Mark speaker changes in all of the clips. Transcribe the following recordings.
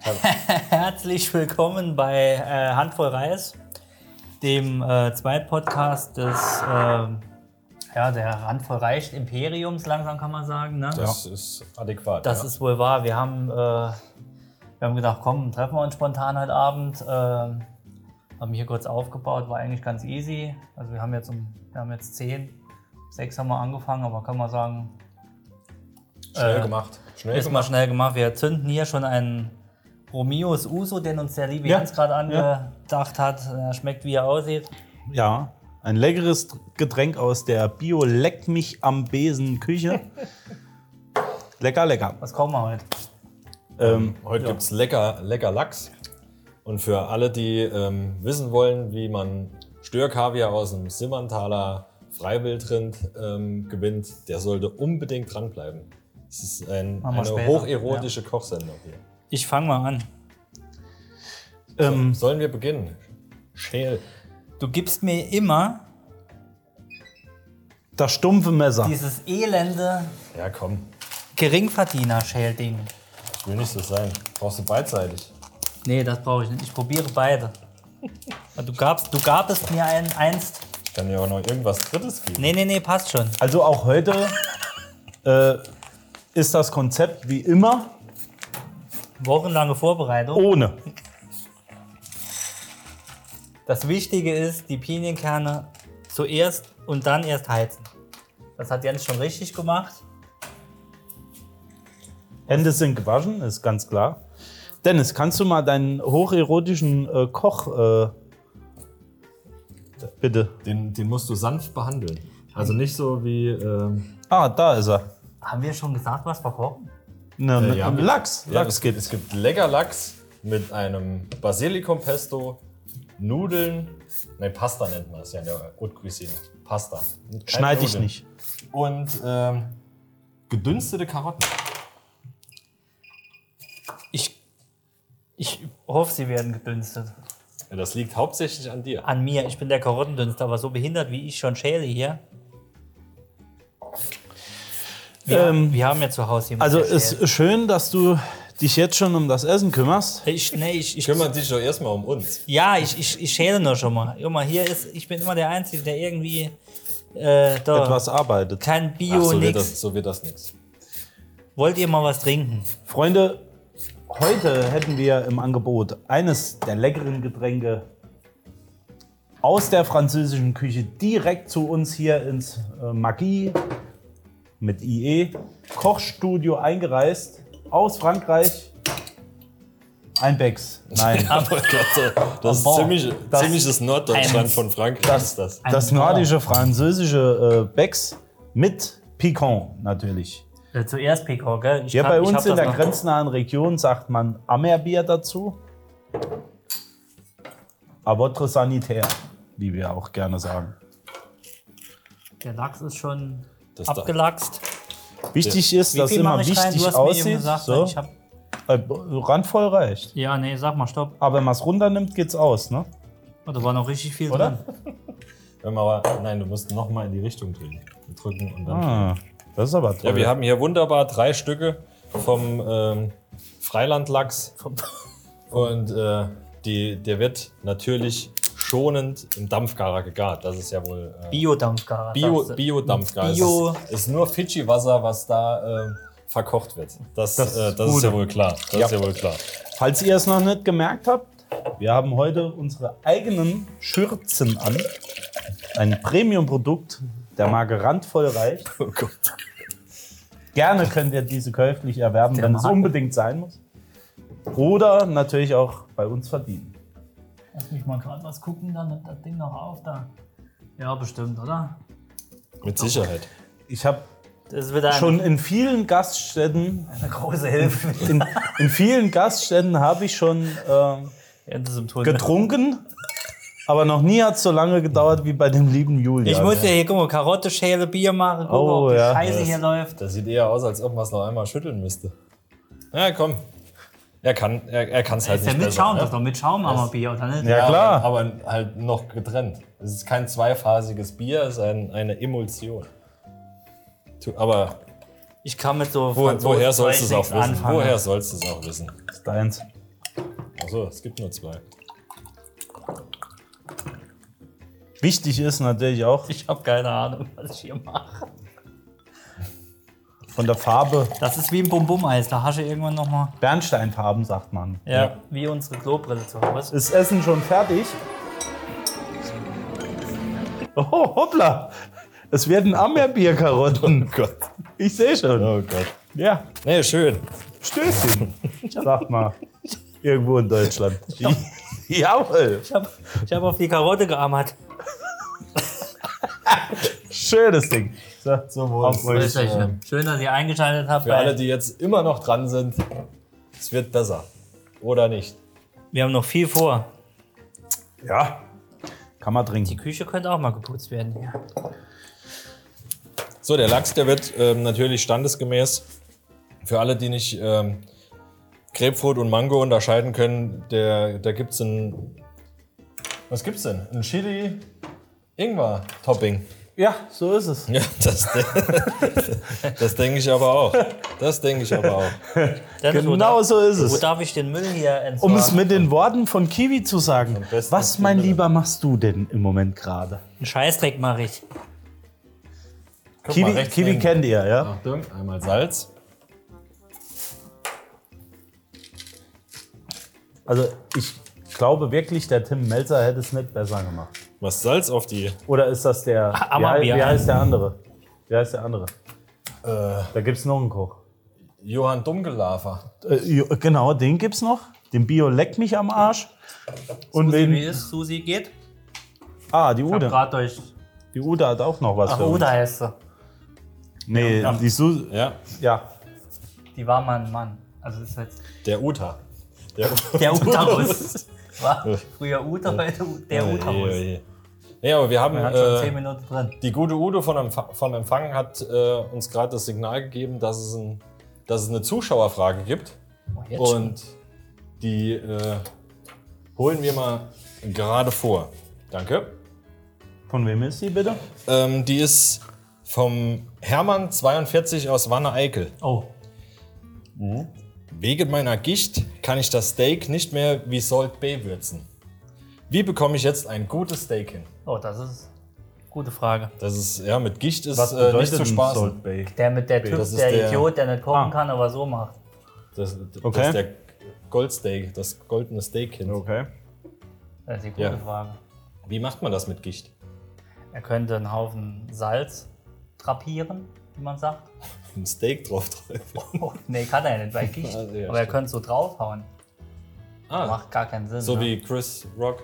Speaker 1: Herzlich willkommen bei äh, Handvoll Reis, dem äh, Zweitpodcast des äh, ja, der Handvoll Reis Imperiums, langsam kann man sagen. Ne?
Speaker 2: Das ist adäquat.
Speaker 1: Das
Speaker 2: ja.
Speaker 1: ist wohl wahr. Wir haben, äh, wir haben gedacht, komm, treffen wir uns spontan heute Abend. Ähm, haben hier kurz aufgebaut, war eigentlich ganz easy. Also wir haben jetzt um, wir haben jetzt zehn, sechs haben wir angefangen, aber kann man sagen,
Speaker 2: schnell
Speaker 1: äh,
Speaker 2: gemacht. Schnell
Speaker 1: ist
Speaker 2: gemacht.
Speaker 1: mal schnell gemacht. Wir zünden hier schon einen Romeos Uso, den uns der liebe
Speaker 3: Ja,
Speaker 1: Jens gerade angedacht hat. Er schmeckt, wie er aussieht.
Speaker 3: Ja, ein leckeres Getränk aus der Bio Leck mich am Besen Küche. lecker, lecker.
Speaker 1: Was kommen wir heute?
Speaker 3: Ähm,
Speaker 2: Heute gibt's gibt es lecker, lecker Lachs. Und für alle, die ähm, wissen wollen, wie man Störkaviar aus dem Simmerntaler Freibildrind ähm, gewinnt, der sollte unbedingt dranbleiben. Es ist ein,
Speaker 1: Machen wir
Speaker 2: eine
Speaker 1: später.
Speaker 2: hocherotische Kochsendung hier.
Speaker 1: Ich fange mal an.
Speaker 3: ähm,
Speaker 2: Sollen wir beginnen? Schäl.
Speaker 1: Du gibst mir immer
Speaker 3: das stumpfe Messer.
Speaker 1: dieses elende
Speaker 2: Ja, komm.
Speaker 1: Geringverdiener-Schäl-Ding.
Speaker 2: Ich will nicht so sein. Brauchst du beidseitig.
Speaker 1: Nee, das brauche ich nicht. Ich probiere beide. Du gabst, du gabest mir ein, einst.
Speaker 2: Ich kann ja auch noch irgendwas Drittes geben.
Speaker 1: Nee, nee, nee, passt schon.
Speaker 3: Also auch heute äh, ist das Konzept wie immer
Speaker 1: Wochenlange Vorbereitung.
Speaker 3: ohne.
Speaker 1: Das Wichtige ist, die Pinienkerne zuerst und dann erst heizen. Das hat Jens schon richtig gemacht.
Speaker 3: Hände sind gewaschen, ist ganz klar. Dennis, kannst du mal deinen hocherotischen äh, Koch äh, bitte?
Speaker 2: Den, den musst du sanft behandeln. Also nicht so wie. Ähm,
Speaker 3: Ah, da ist er.
Speaker 1: Haben wir schon gesagt, was wir kochen?
Speaker 3: Ne, ne,
Speaker 2: Äh, ja.
Speaker 3: Lachs,
Speaker 2: ja,
Speaker 3: Lachs
Speaker 2: es, gibt,
Speaker 3: gibt's.
Speaker 2: es gibt lecker Lachs mit einem Basilikumpesto, Nudeln. Nein, Pasta nennt man das ja in der Haute Cuisine. Pasta. Keine
Speaker 3: Schneide ich
Speaker 2: Nudeln.
Speaker 3: nicht.
Speaker 2: Und ähm, gedünstete Karotten.
Speaker 1: Ich, ich hoffe, sie werden gedünstet.
Speaker 2: Ja, Das liegt hauptsächlich an dir.
Speaker 1: An mir, ich bin der Karottendünster, aber so behindert wie ich schon schäle hier. Wir,
Speaker 3: Ähm,
Speaker 1: wir haben ja zu Hause jemanden.
Speaker 3: Also
Speaker 1: der
Speaker 3: es
Speaker 1: schält.
Speaker 3: ist schön, dass du dich jetzt schon um das Essen kümmerst.
Speaker 1: Ich, nee, ich, ich,
Speaker 2: Kümmert dich doch erstmal um uns.
Speaker 1: ja, ich, ich, ich schäle nur schon mal. Immer hier ist, ich bin immer der Einzige, der irgendwie äh, da
Speaker 3: Etwas arbeitet.
Speaker 1: kein Bio,
Speaker 2: Ach, so, wird
Speaker 1: nix.
Speaker 2: das, so wird das nichts.
Speaker 1: Wollt ihr mal was trinken?
Speaker 3: Freunde, heute hätten wir im Angebot eines der leckeren Getränke aus der französischen Küche direkt zu uns hier ins äh, Magie mit IE Kochstudio eingereist aus Frankreich. Ein Becks. Nein.
Speaker 2: Das ist
Speaker 3: Aber
Speaker 2: ziemlich,
Speaker 3: das-
Speaker 2: ziemliches Norddeutschland
Speaker 1: Eins.
Speaker 2: von Frankreich. ist das.
Speaker 3: Das nordische französische äh, Becks mit Piquant natürlich.
Speaker 1: Äh, zuerst Pekor, gell? Ich
Speaker 3: Ja,
Speaker 1: kann-
Speaker 3: bei
Speaker 1: ich hab
Speaker 3: uns in
Speaker 1: das
Speaker 3: der
Speaker 1: noch-
Speaker 3: grenznahen Region sagt man Ammerbier dazu. Avotre sanitär, wie wir auch gerne sagen.
Speaker 1: Der Lachs ist schon
Speaker 2: Das da-
Speaker 1: abgelachst.
Speaker 3: Wichtig ist,
Speaker 1: Wie
Speaker 3: dass
Speaker 1: viel mach
Speaker 3: immer
Speaker 1: ich rein? Du
Speaker 3: wichtig
Speaker 1: hast mir eben
Speaker 3: aussieht.
Speaker 1: gesagt,
Speaker 3: so.
Speaker 1: ich hab,
Speaker 3: Äh, Randvoll reicht.
Speaker 1: ja, nee, sag mal, stopp.
Speaker 3: Aber wenn man es runternimmt, geht's aus, ne?
Speaker 1: Oh, da war noch richtig viel
Speaker 3: Oder?
Speaker 1: drin.
Speaker 2: Wenn wir aber, nein, du musst noch mal in die Richtung drehen. Drücken und dann.
Speaker 3: Ah, das ist aber toll.
Speaker 2: Ja, wir haben hier wunderbar drei Stücke vom ähm, Freilandlachs. Und äh, die, der wird natürlich schonend im Dampfgarer gegart. Das ist ja wohl äh,
Speaker 1: Biodampfgarer. sagst
Speaker 2: Bio,
Speaker 1: du.
Speaker 2: Bio-Dampfgarer.
Speaker 1: Bio-
Speaker 2: Es ist, ist nur Fidschi-Wasser, was da äh, verkocht wird. Das,
Speaker 3: Das
Speaker 2: äh,
Speaker 3: ist
Speaker 2: das ist
Speaker 3: gut.
Speaker 2: ja wohl klar. Das
Speaker 3: Ja.
Speaker 2: ist ja wohl klar.
Speaker 3: Falls ihr es noch nicht gemerkt habt, wir haben heute unsere eigenen Schürzen an. Ein Premium-Produkt der Marke Randvoll reicht.
Speaker 2: Oh Gott.
Speaker 3: Gerne könnt ihr diese käuflich erwerben,
Speaker 1: Der
Speaker 3: wenn es
Speaker 1: Markt.
Speaker 3: unbedingt sein muss. Oder natürlich auch bei uns verdienen.
Speaker 1: Lass mich mal gerade was gucken, dann nimmt das Ding noch auf da. Ja, bestimmt, oder?
Speaker 2: Mit Sicherheit.
Speaker 3: Ich habe
Speaker 1: Das ist wieder eine,
Speaker 3: schon in vielen Gaststätten,
Speaker 1: eine große Hilfe.
Speaker 3: in, in vielen Gaststätten habe ich schon ähm,
Speaker 1: Ende im Tunnel.
Speaker 3: getrunken, aber noch nie hat es so lange gedauert wie bei dem lieben Julian.
Speaker 1: Ich muss ja hier, guck mal, Karotte schäle, Bier machen, guck mal,
Speaker 3: Oh,
Speaker 1: ob die
Speaker 3: ja.
Speaker 1: Scheiße
Speaker 2: Das-
Speaker 1: hier läuft.
Speaker 2: Das sieht eher aus, als ob man es noch einmal schütteln müsste. Ja, komm. Er kann er, er kann's halt
Speaker 1: Ist ja
Speaker 2: nicht
Speaker 1: mit
Speaker 2: besser,
Speaker 1: Schaum,
Speaker 2: ne?
Speaker 1: das ist doch mit Schaum haben wir Bier, oder nicht?
Speaker 3: Ja, klar.
Speaker 2: Aber, aber halt noch getrennt. Es ist kein zweiphasiges Bier, es ist ein, eine Emulsion. Tu- Aber
Speaker 1: Ich kann mit so
Speaker 2: wo,
Speaker 1: Franzosen
Speaker 2: woher sollst du
Speaker 1: Zeug
Speaker 2: es auch
Speaker 1: nichts
Speaker 2: wissen?
Speaker 1: anfangen.
Speaker 2: Woher sollst du es auch wissen?
Speaker 3: Deins.
Speaker 2: Achso, es gibt nur zwei.
Speaker 3: Wichtig ist natürlich auch
Speaker 1: Ich habe keine Ahnung, was ich hier mache.
Speaker 3: von der Farbe,
Speaker 1: Das ist wie ein Bum-Bum-Eis. Da hasche irgendwann nochmal.
Speaker 3: Bernsteinfarben sagt man.
Speaker 1: Ja,
Speaker 2: Ja.
Speaker 1: wie unsere Klobrille zu Hause.
Speaker 3: Ist Essen schon fertig? Oh, hoppla! Es werden
Speaker 2: Oh
Speaker 3: Ammerbierkarotten.
Speaker 2: Gott.
Speaker 3: Ich sehe schon.
Speaker 2: Oh Gott.
Speaker 3: Ja,
Speaker 2: Nee, schön.
Speaker 3: Stößchen. Sag mal. Irgendwo in Deutschland. Jawohl.
Speaker 1: Ich habe ich hab auf die Karotte geammert.
Speaker 3: Schönes Ding. So,
Speaker 2: Zum Wohl.
Speaker 3: Auf euch.
Speaker 1: Grüß euch. ne? Schön, dass ihr eingeschaltet habt.
Speaker 2: Für alle, die jetzt immer noch dran sind, es wird besser. Oder nicht.
Speaker 1: Wir haben noch viel vor.
Speaker 3: Ja. Kann man
Speaker 1: Die
Speaker 3: trinken.
Speaker 1: Küche könnte auch mal geputzt werden. hier.
Speaker 2: So, der Lachs, der wird ähm, natürlich standesgemäß für alle, die nicht ähm, Grapefruit und Mango unterscheiden können, der, da gibt's ein. Was gibt's denn? Ein Chili-Ingwer-Topping.
Speaker 3: Ja, so ist es.
Speaker 2: Ja, das, de- das denke ich aber auch. Das denke ich aber auch.
Speaker 1: Dennis, wo
Speaker 3: Genau
Speaker 1: darf-
Speaker 3: so ist
Speaker 1: Wo
Speaker 3: es.
Speaker 1: darf ich den Müll hier entsorgen?
Speaker 3: Um es mit den Worten von Kiwi zu sagen.
Speaker 2: besten
Speaker 3: Was, mein
Speaker 2: Kindern.
Speaker 3: Lieber, machst du denn im Moment gerade?
Speaker 1: Einen Scheißdreck mache ich.
Speaker 2: Guck mal,
Speaker 3: Kiwi,
Speaker 2: rechts
Speaker 3: Kiwi
Speaker 2: neben-
Speaker 3: kennt ihr, ja?
Speaker 2: Achtung, einmal Salz.
Speaker 3: Also, ich glaube wirklich, der Tim Melzer hätte es nicht besser gemacht.
Speaker 2: Was Salz auf die.
Speaker 3: Oder ist das der. Wie, hei-
Speaker 1: Ammerbier.
Speaker 3: wie heißt der andere? Wie heißt der andere?
Speaker 2: Äh,
Speaker 3: Da gibt es noch einen Koch.
Speaker 2: Johann Dummgelafer.
Speaker 3: Äh, jo- genau, den gibt's noch. Den Bio leck mich am Arsch. Und
Speaker 1: Susi, wie
Speaker 3: wen.
Speaker 1: ist Susi geht?
Speaker 3: Ah, die
Speaker 1: Ich hab
Speaker 3: Ude.
Speaker 1: grad durch.
Speaker 3: Die Ude hat auch noch was.
Speaker 1: Ach,
Speaker 3: für uns.
Speaker 1: Uda heißt sie.
Speaker 3: Nee, die Su
Speaker 2: Ja,
Speaker 3: Ja.
Speaker 1: Die war mal ein Mann. Also ist jetzt
Speaker 2: der Uta. Der
Speaker 1: der Uterus. War früher Uter, heute U- der Uterus.
Speaker 2: Nee, aber wir haben
Speaker 1: Wir hatten schon
Speaker 2: äh,
Speaker 1: 10 Minuten drin.
Speaker 2: Die gute Udo von, Empf von Empfang hat äh, uns gerade das Signal gegeben, dass es, ein, dass es eine Zuschauerfrage gibt.
Speaker 1: Oh, jetzt schon.
Speaker 2: Und die äh, holen wir mal gerade vor. Danke.
Speaker 3: Von wem ist die bitte?
Speaker 2: Ähm, die ist vom Hermann42 aus Wanne-Eickel.
Speaker 1: Oh,
Speaker 2: Wegen meiner Gicht kann ich das Steak nicht mehr wie Salt B würzen. Wie bekomme ich jetzt ein gutes Steak hin?
Speaker 1: oh, das ist gute Frage.
Speaker 2: Das ist, ja, mit Gicht ist äh, nicht zu
Speaker 3: denn
Speaker 2: spaßen.
Speaker 3: Salt Bay?
Speaker 1: Der mit der Typ,
Speaker 2: Das ist
Speaker 1: der,
Speaker 2: der-
Speaker 1: Idiot, der nicht kochen
Speaker 3: Ah.
Speaker 1: kann, aber so macht.
Speaker 2: Das,
Speaker 3: Okay.
Speaker 2: das ist der Goldsteak, das goldene Steak hin.
Speaker 3: Okay.
Speaker 1: Das ist die gute
Speaker 2: Ja.
Speaker 1: Frage.
Speaker 2: Wie macht man das mit Gicht?
Speaker 1: Er könnte einen Haufen Salz drapieren, wie man sagt.
Speaker 2: Ein Steak drauf drauf.
Speaker 1: Oh, nee, kann er nicht bei Gicht.
Speaker 2: Also, ja,
Speaker 1: aber er
Speaker 2: stimmt.
Speaker 1: könnte so draufhauen.
Speaker 2: Ah,
Speaker 1: Macht gar keinen Sinn.
Speaker 2: so
Speaker 1: ne?
Speaker 2: wie Chris Rock.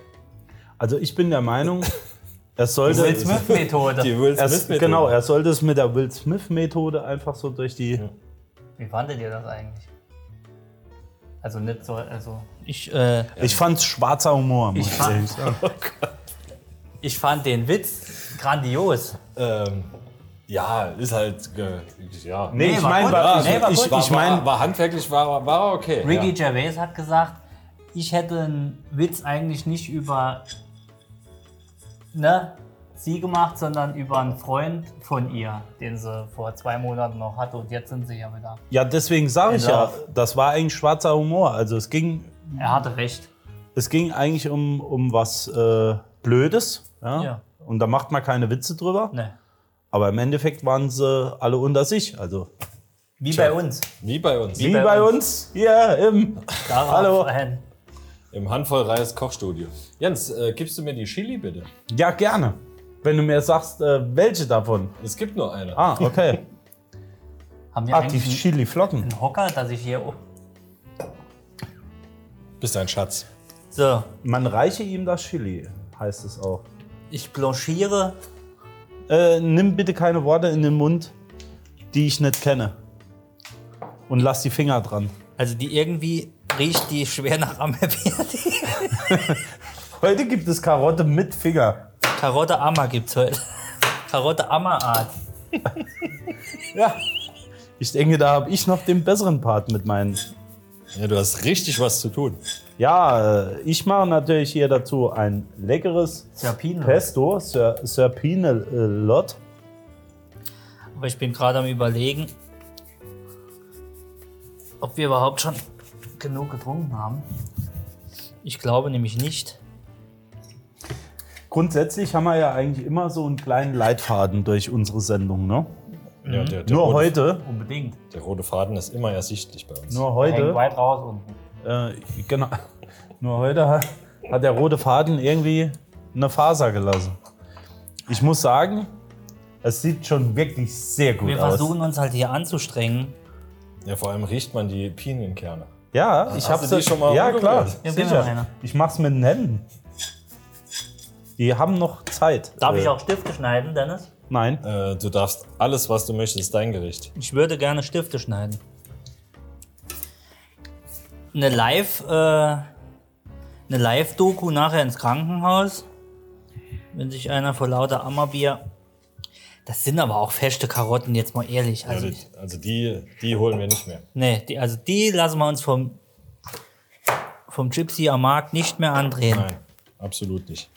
Speaker 3: Also ich bin der Meinung, er
Speaker 1: Will
Speaker 3: sollte.
Speaker 1: Smith-Methode.
Speaker 2: Die Will
Speaker 3: Er,
Speaker 2: Smith
Speaker 3: genau, er sollte es mit der Will Smith-Methode einfach so durch die.
Speaker 1: Wie fandet ihr das eigentlich? Also nicht so, also. Ich, äh,
Speaker 3: Ich fand's schwarzer Humor, muss ich ehrlich sagen.
Speaker 2: Oh
Speaker 1: ich fand den Witz grandios.
Speaker 2: Ähm, ja, ist halt. Äh, ja. also
Speaker 3: Nee,
Speaker 1: Nee,
Speaker 3: ich
Speaker 1: war
Speaker 3: meine,
Speaker 1: gut.
Speaker 3: war-
Speaker 1: Nee, war
Speaker 3: ich,
Speaker 1: gut.
Speaker 3: ich,
Speaker 2: war,
Speaker 3: ich meine,
Speaker 2: war, war handwerklich, war, war okay.
Speaker 1: Ricky Gervais hat gesagt, ich hätte einen Witz eigentlich nicht über ne, sie gemacht, sondern über einen Freund von ihr, den sie vor zwei Monaten noch hatte und jetzt sind sie ja wieder.
Speaker 3: ja, deswegen sage ich
Speaker 1: Genau.
Speaker 3: ja, das war eigentlich schwarzer Humor. Also es ging
Speaker 1: Er hatte recht.
Speaker 3: es ging eigentlich um, um was äh, Blödes. Ja?
Speaker 1: Ja.
Speaker 3: Und da macht man keine Witze drüber.
Speaker 1: Ne.
Speaker 3: Aber im Endeffekt waren sie alle unter sich. Also
Speaker 1: Wie bei uns.
Speaker 2: Ja. Wie bei uns.
Speaker 3: wie,
Speaker 1: bei
Speaker 3: bei uns hier im.
Speaker 1: Darauf
Speaker 3: Hallo.
Speaker 1: Hin.
Speaker 2: Im Handvollreis Kochstudio. Jens, äh, gibst du mir die Chili bitte?
Speaker 3: Ja, gerne. Wenn du mir sagst, äh, welche davon.
Speaker 2: Es gibt nur eine.
Speaker 3: Ah, okay.
Speaker 1: Haben wir
Speaker 3: Ah, die
Speaker 1: eigentlich Genau.
Speaker 3: Chili-Flocken.
Speaker 1: einen Hocker, dass ich hier. Oh.
Speaker 2: Bist ein Schatz.
Speaker 1: So,
Speaker 3: Man reiche ihm das Chili, heißt es auch.
Speaker 1: ich blanchiere.
Speaker 3: Äh, nimm bitte keine Worte in den Mund, die ich nicht kenne. Und lass die Finger dran.
Speaker 1: Also die irgendwie riecht die schwer nach Ammerbeer. Die
Speaker 3: Heute gibt es Karotte mit Finger.
Speaker 1: Karotte Ammer gibt's heute. Karotte Ammerart.
Speaker 3: Ja. Ich denke, da habe ich noch den besseren Part mit meinen
Speaker 2: Ja, du hast richtig was zu tun.
Speaker 3: Ja, äh, ich mache natürlich hier dazu ein leckeres
Speaker 1: Serpino.
Speaker 3: Pesto, Ser äh, Serpinelot.
Speaker 1: Aber ich bin gerade am überlegen, ob wir überhaupt schon genug getrunken haben. Ich glaube nämlich nicht.
Speaker 3: Grundsätzlich haben wir ja eigentlich immer so einen kleinen Leitfaden durch unsere Sendung, ne?
Speaker 2: Ja, der, der
Speaker 3: Nur
Speaker 2: rote,
Speaker 3: heute,
Speaker 1: Unbedingt.
Speaker 2: Der rote Faden ist immer ersichtlich bei uns.
Speaker 3: nur
Speaker 1: Hängt
Speaker 3: heute
Speaker 1: weit raus unten.
Speaker 3: Äh, genau. Nur heute hat, hat der rote Faden irgendwie eine Faser gelassen. Ich muss sagen, es sieht schon wirklich sehr gut
Speaker 1: Wir
Speaker 3: aus.
Speaker 1: versuchen uns halt hier anzustrengen.
Speaker 2: Ja, vor allem riecht man die Pinienkerne.
Speaker 3: ja, ich
Speaker 2: Hast
Speaker 3: habe
Speaker 2: du die schon mal
Speaker 3: Ja, klar.
Speaker 2: umgerührt?
Speaker 1: Ja, gib mir mal
Speaker 3: sicher.
Speaker 1: eine.
Speaker 3: Ich mach's mit den Händen. Die haben noch Zeit.
Speaker 1: Darf
Speaker 3: Äh,
Speaker 1: ich auch Stifte schneiden, Dennis?
Speaker 3: Nein.
Speaker 2: Äh, du darfst alles, was du möchtest, ist dein Gericht.
Speaker 1: Ich würde gerne Stifte schneiden. Eine Live, äh, eine Live-Doku nachher ins Krankenhaus, wenn sich einer vor lauter Ammerbier. Das sind aber auch feste Karotten, jetzt mal ehrlich. Also,
Speaker 2: Also, also die, die holen wir nicht mehr.
Speaker 1: nee, die, also die lassen wir uns vom, vom Gypsy am Markt nicht mehr andrehen.
Speaker 2: Nein, absolut nicht.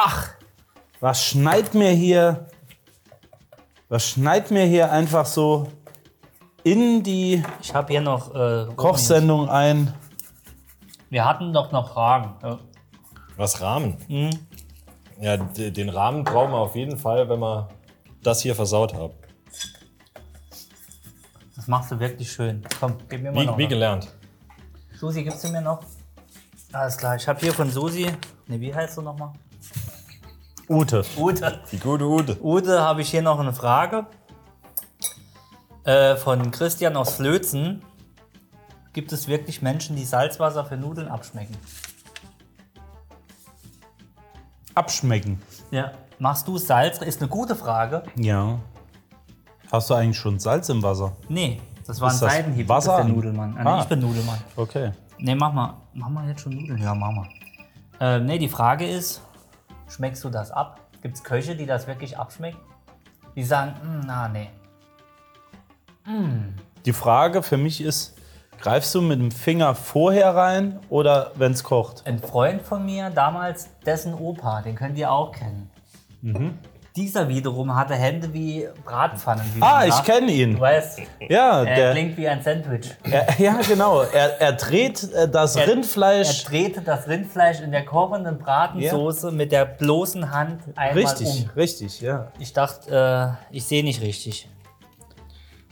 Speaker 1: Ach,
Speaker 3: Was schneit mir hier? Was schneit mir hier einfach so in die
Speaker 1: ich habe hier noch. Äh,
Speaker 3: Kochsendung ein?
Speaker 1: Wir hatten doch noch Fragen. Äh,
Speaker 2: Was Rahmen?
Speaker 1: Mhm.
Speaker 2: Ja, d- den Rahmen brauchen wir auf jeden Fall, wenn wir das hier versaut haben.
Speaker 1: Das machst du wirklich schön. Komm, gib mir mal
Speaker 2: Wie,
Speaker 1: noch. ne?
Speaker 2: wie
Speaker 1: was.
Speaker 2: gelernt.
Speaker 1: Susi, gibst du mir noch? Alles klar, ich habe hier von Susi, ne, wie heißt du nochmal?
Speaker 3: Ute.
Speaker 1: Ute.
Speaker 2: Die gute Ute.
Speaker 1: Ute habe ich hier noch eine Frage. Äh, von Christian aus Flözen. Gibt es wirklich Menschen, die Salzwasser für Nudeln abschmecken?
Speaker 3: Abschmecken.
Speaker 1: Ja. Machst du Salz? Ist eine gute Frage.
Speaker 3: Ja. Hast du eigentlich schon Salz im Wasser?
Speaker 1: Nee, das war ein
Speaker 3: Ist das
Speaker 1: Seitenhieb. Du
Speaker 3: Wasser
Speaker 1: bist
Speaker 3: an?
Speaker 1: der Nudelmann. Ah,
Speaker 3: Ah.
Speaker 1: Nee, ich bin Nudelmann.
Speaker 3: Okay.
Speaker 1: Nee, mach mal. Mach mal jetzt schon Nudeln. Ja, mach mal. Ähm, nee, die Frage ist, schmeckst du das ab? Gibt es Köche, die das wirklich abschmecken? Die sagen, "Mm, na, nee.
Speaker 3: Die Frage für mich ist, greifst du mit dem Finger vorher rein oder wenn es kocht?
Speaker 1: Ein Freund von mir damals, dessen Opa, den könnt ihr auch kennen.
Speaker 3: Mhm.
Speaker 1: Dieser wiederum hatte Hände wie Bratpfannen. Wie
Speaker 3: Ah,
Speaker 1: man
Speaker 3: ich
Speaker 1: sagt.
Speaker 3: kenne
Speaker 1: Du
Speaker 3: ihn.
Speaker 1: weißt,
Speaker 3: Ja,
Speaker 1: er
Speaker 3: der,
Speaker 1: Äh, klingt wie ein Sandwich.
Speaker 3: er, ja genau. Er, er dreht äh, das
Speaker 1: Er- Er
Speaker 3: Rindfleisch.
Speaker 1: drehte das Rindfleisch in der kochenden Bratensoße mit der bloßen Hand einmal um.
Speaker 3: richtig, richtig, ja.
Speaker 1: Ich dachte, äh, ich sehe nicht richtig.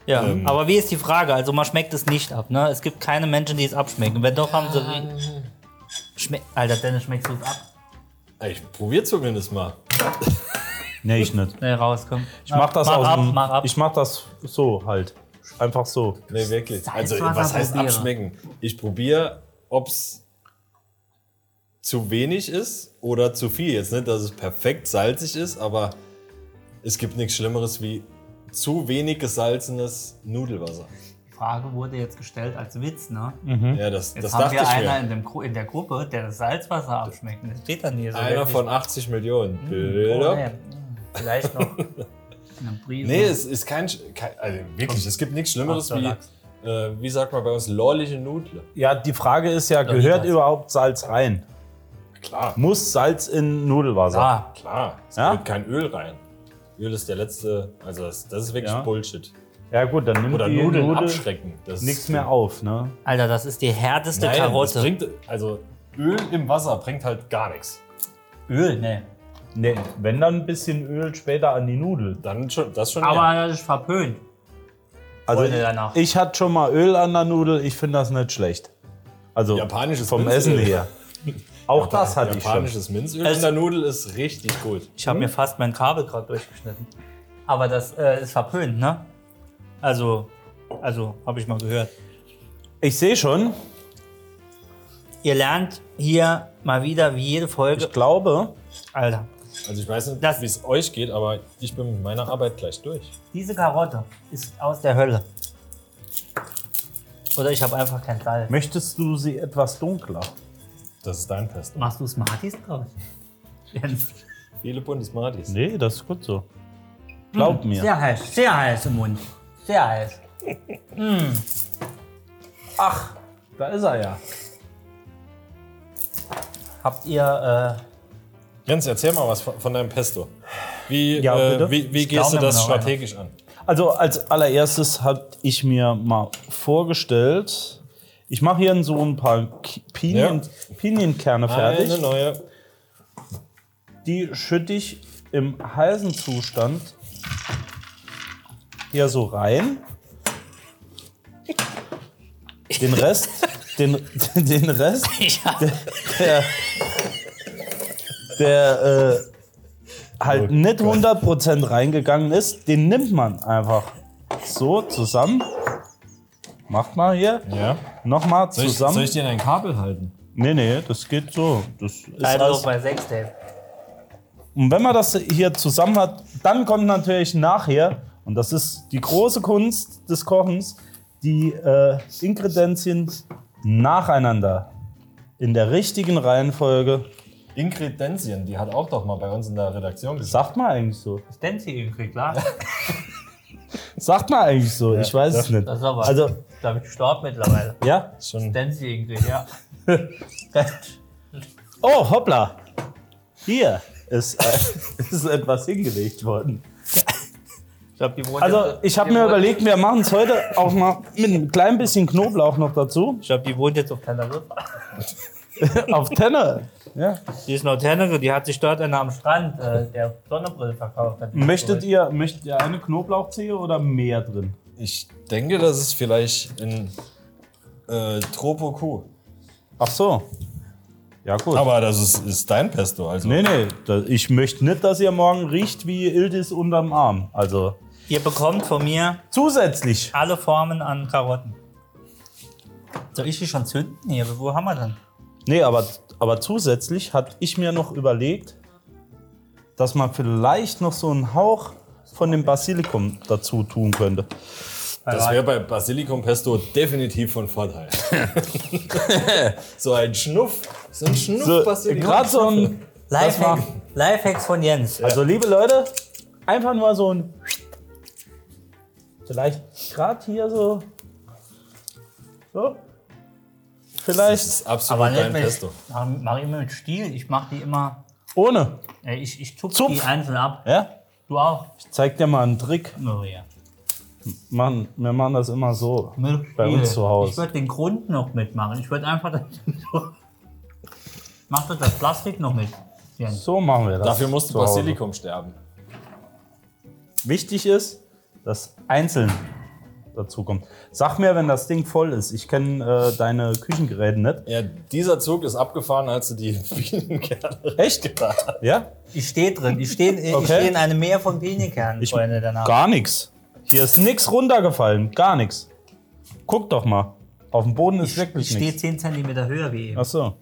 Speaker 1: Ja,
Speaker 2: Ähm.
Speaker 1: aber wie ist die Frage? Also man schmeckt es nicht ab, ne? Es gibt keine Menschen, die es abschmecken. Wenn doch, haben sie... ri- Schme Alter, Dennis, schmeckst du es ab?
Speaker 2: Ich probier zumindest mal.
Speaker 3: Nee, ich nicht.
Speaker 1: Nee, raus, komm.
Speaker 3: Ich mach das
Speaker 1: mach
Speaker 3: aus
Speaker 1: ab,
Speaker 3: dem,
Speaker 1: mach ab.
Speaker 3: Ich mach das so halt. Einfach so.
Speaker 2: Nee, wirklich. Also,
Speaker 1: Salzwasser
Speaker 2: was heißt
Speaker 1: probiere.
Speaker 2: abschmecken? Ich probiere, ob es zu wenig ist oder zu viel. Jetzt nicht, dass es perfekt salzig ist, aber es gibt nichts Schlimmeres wie zu wenig gesalzenes Nudelwasser.
Speaker 1: Die Frage wurde jetzt gestellt als Witz, ne?
Speaker 2: Ja, das,
Speaker 1: Jetzt
Speaker 2: das
Speaker 1: haben
Speaker 2: dachte
Speaker 1: wir
Speaker 2: ich
Speaker 1: einer
Speaker 2: mir.
Speaker 1: in, dem Gru in der Gruppe, der das Salzwasser abschmeckt. Und Das steht dann hier so.
Speaker 2: Einer
Speaker 1: wirklich.
Speaker 2: von 80 Millionen.
Speaker 3: Hm.
Speaker 1: Oh,
Speaker 2: Bilder.
Speaker 1: nee. Vielleicht noch eine Prise.
Speaker 2: Nee, es ist kein, Sch- kein also wirklich, es gibt nichts Schlimmeres
Speaker 1: Ach,
Speaker 2: wie,
Speaker 1: Lachs.
Speaker 2: äh, wie sagt man bei uns, lorliche Nudle.
Speaker 3: Ja, die Frage ist ja,
Speaker 1: nie
Speaker 3: gehört
Speaker 1: das.
Speaker 3: überhaupt Salz rein?
Speaker 2: Klar,
Speaker 3: Muss Salz in Nudelwasser?
Speaker 1: ah,
Speaker 2: klar, es
Speaker 3: Ja?
Speaker 2: ja? kein Öl rein. Öl ist der letzte, also das, das ist wirklich
Speaker 3: Ja.
Speaker 2: Bullshit.
Speaker 3: Ja gut, dann nimmt
Speaker 2: Oder
Speaker 3: die
Speaker 2: Nudeln
Speaker 3: Nudel
Speaker 2: abschrecken. Das
Speaker 3: nichts mehr auf, ne?
Speaker 1: Alter, das ist die härteste
Speaker 2: Nein, das
Speaker 1: Karotte.
Speaker 2: bringt, also Öl im Wasser bringt halt gar nichts.
Speaker 1: Öl, ne.
Speaker 3: Nee, wenn dann ein bisschen Öl später an die Nudel.
Speaker 2: Dann schon, das schon
Speaker 1: Aber
Speaker 2: eher.
Speaker 1: das ist verpönt.
Speaker 3: Also
Speaker 1: Freunde danach.
Speaker 3: ich hatte schon mal Öl an der Nudel, ich finde das nicht schlecht. Also
Speaker 2: Japanisches
Speaker 3: vom
Speaker 2: Minzöl.
Speaker 3: Essen her. Auch
Speaker 2: Japan-
Speaker 3: das hatte ich schon.
Speaker 2: Japanisches Minzöl
Speaker 1: Es-
Speaker 2: in der Nudel ist richtig gut.
Speaker 1: Ich
Speaker 3: Hm?
Speaker 1: habe mir fast mein Kabel gerade durchgeschnitten. Aber das äh, ist verpönt, ne? Also, also habe ich mal gehört.
Speaker 3: Ich sehe schon,
Speaker 1: Ihr lernt hier mal wieder wie jede Folge.
Speaker 3: ich glaube,
Speaker 1: Alter,
Speaker 2: Also ich weiß nicht,
Speaker 1: Das-
Speaker 2: wie es euch geht, aber ich bin mit meiner Arbeit gleich durch.
Speaker 1: diese Karotte ist aus der Hölle. Oder ich habe einfach kein Salz.
Speaker 3: möchtest du sie etwas dunkler?
Speaker 2: Das ist dein Fest.
Speaker 1: Machst du Smarties draus? Jens.
Speaker 2: Viele Bundesmartis.
Speaker 3: Nee, das ist gut so. Glaub mir.
Speaker 1: Sehr heiß, sehr heiß im Mund. Sehr heiß.
Speaker 3: Ach, da ist er ja.
Speaker 1: Habt ihr, äh,
Speaker 2: Jens, erzähl mal was von, von deinem Pesto. Wie,
Speaker 3: Ja, bitte?
Speaker 2: äh, wie, wie
Speaker 1: Ich
Speaker 2: gehst du
Speaker 1: glaube,
Speaker 2: das
Speaker 1: wir haben noch
Speaker 2: strategisch an?
Speaker 3: Also als allererstes habe ich mir mal vorgestellt, ich mache hier in so ein paar Ki- Pinien, Pinienkerne fertig.
Speaker 2: Eine neue.
Speaker 3: Die schütte ich im heißen Zustand hier so rein. Den Rest, den, den Rest der, der äh,
Speaker 2: Oh
Speaker 3: halt nicht 100% reingegangen ist, den nimmt man einfach so zusammen. Macht mal hier.
Speaker 2: Ja.
Speaker 3: Nochmal
Speaker 2: Soll ich,
Speaker 3: zusammen.
Speaker 2: soll ich dir dein Kabel halten?
Speaker 3: Nee, nee, das geht so. Das ist
Speaker 1: Also
Speaker 3: alles-
Speaker 1: bei 6 Tape.
Speaker 3: Und wenn man das hier zusammen hat, dann kommt natürlich nachher, und das ist die große Kunst des Kochens, die äh, Ingredienzien nacheinander in der richtigen Reihenfolge.
Speaker 2: Inkredenzien, die hat auch doch mal bei uns in der Redaktion gesagt.
Speaker 3: Sagt man eigentlich so?
Speaker 1: Ist Denzi irgendwie klar?
Speaker 3: Sagt man eigentlich so? ich weiß
Speaker 2: das-
Speaker 3: es nicht.
Speaker 1: Das ist aber.
Speaker 3: Also,
Speaker 1: da bin ich gestorben mittlerweile.
Speaker 3: ja.
Speaker 2: Schon
Speaker 1: Denzi irgendwie, ja.
Speaker 3: Oh, hoppla. Hier ist, äh, ist etwas hingelegt worden.
Speaker 1: Ich glaub, die wohnt
Speaker 3: Also,
Speaker 1: jetzt-
Speaker 3: ich habe
Speaker 1: die
Speaker 3: mir
Speaker 1: wohnt-
Speaker 3: überlegt, wir machen es heute auch mal mit einem kleinen bisschen Knoblauch noch dazu.
Speaker 1: Ich glaube, die wohnt jetzt auf Teneriffa.
Speaker 3: Auf Tenner. Ja.
Speaker 1: Die ist noch Tenerife, die hat sich dort einer am Strand, äh, der Sonnenbrille verkauft hat.
Speaker 3: Möchtet ihr, möchtet ihr eine Knoblauchzehe oder mehr drin?
Speaker 2: Ich denke, das ist vielleicht ein äh, Tropo Q.
Speaker 3: Ach so. Ja, gut.
Speaker 2: Aber das ist, ist dein Pesto. Also.
Speaker 3: nee, nee, da, ich möchte nicht, dass ihr morgen riecht wie Ildis unterm Arm. Also
Speaker 1: Ihr bekommt von mir
Speaker 3: zusätzlich.
Speaker 1: alle Formen an Karotten. Soll ich die schon zünden hier? Wo haben wir denn?
Speaker 3: Nee, aber, aber zusätzlich hatte ich mir noch überlegt, dass man vielleicht noch so einen Hauch von dem Basilikum dazu tun könnte.
Speaker 2: Das wäre bei Basilikum Pesto definitiv von Vorteil. so ein Schnuff. So ein Schnuff
Speaker 3: So,
Speaker 2: Basilikum.
Speaker 3: Gerade Also, so ein. das war-
Speaker 1: Lifehacks, Lifehacks von Jens.
Speaker 3: Also, liebe Leute, einfach nur so ein. Vielleicht gerade hier so. So.
Speaker 2: Das
Speaker 3: Vielleicht
Speaker 2: ist absolut
Speaker 1: Aber nicht
Speaker 2: dein
Speaker 1: mit,
Speaker 2: Pesto.
Speaker 1: mach, mach ich immer mit Stiel. Ich mach die immer,
Speaker 3: ohne.
Speaker 1: äh, ich, ich tupf
Speaker 3: Zupf.
Speaker 1: die einzeln ab.
Speaker 3: Ja?
Speaker 1: Du auch?
Speaker 3: Ich zeig dir mal einen Trick.
Speaker 1: Maria.
Speaker 3: Mann, wir machen das immer so.
Speaker 1: Mit
Speaker 3: Bei
Speaker 1: Stiel.
Speaker 3: uns zu Hause.
Speaker 1: Ich würde den Grund noch mitmachen. Ich würde einfach. Mach doch das Plastik noch mit. Jens.
Speaker 3: So machen wir das.
Speaker 2: Dafür musste
Speaker 3: zu Hause.
Speaker 2: Basilikum sterben.
Speaker 3: Wichtig ist, dass einzeln dazu kommt. Sag mir, wenn das Ding voll ist. Ich kenne äh, deine Küchengeräte nicht.
Speaker 2: Ja, dieser Zug ist abgefahren, als du die Bienenkerne
Speaker 3: Echt?
Speaker 2: gebracht hast.
Speaker 3: Ja?
Speaker 1: Ich stehe drin. Ich stehe
Speaker 3: Okay.
Speaker 1: steh in einem Meer von Pinikernen,
Speaker 3: Ich-
Speaker 1: Freunde, danach.
Speaker 3: Gar nichts. Hier ist nichts runtergefallen. Gar nichts. Guck doch mal. Auf dem Boden ist
Speaker 1: Ich
Speaker 3: wirklich
Speaker 1: stehe
Speaker 3: nichts.
Speaker 1: 10 cm höher wie eben.
Speaker 3: Ach so.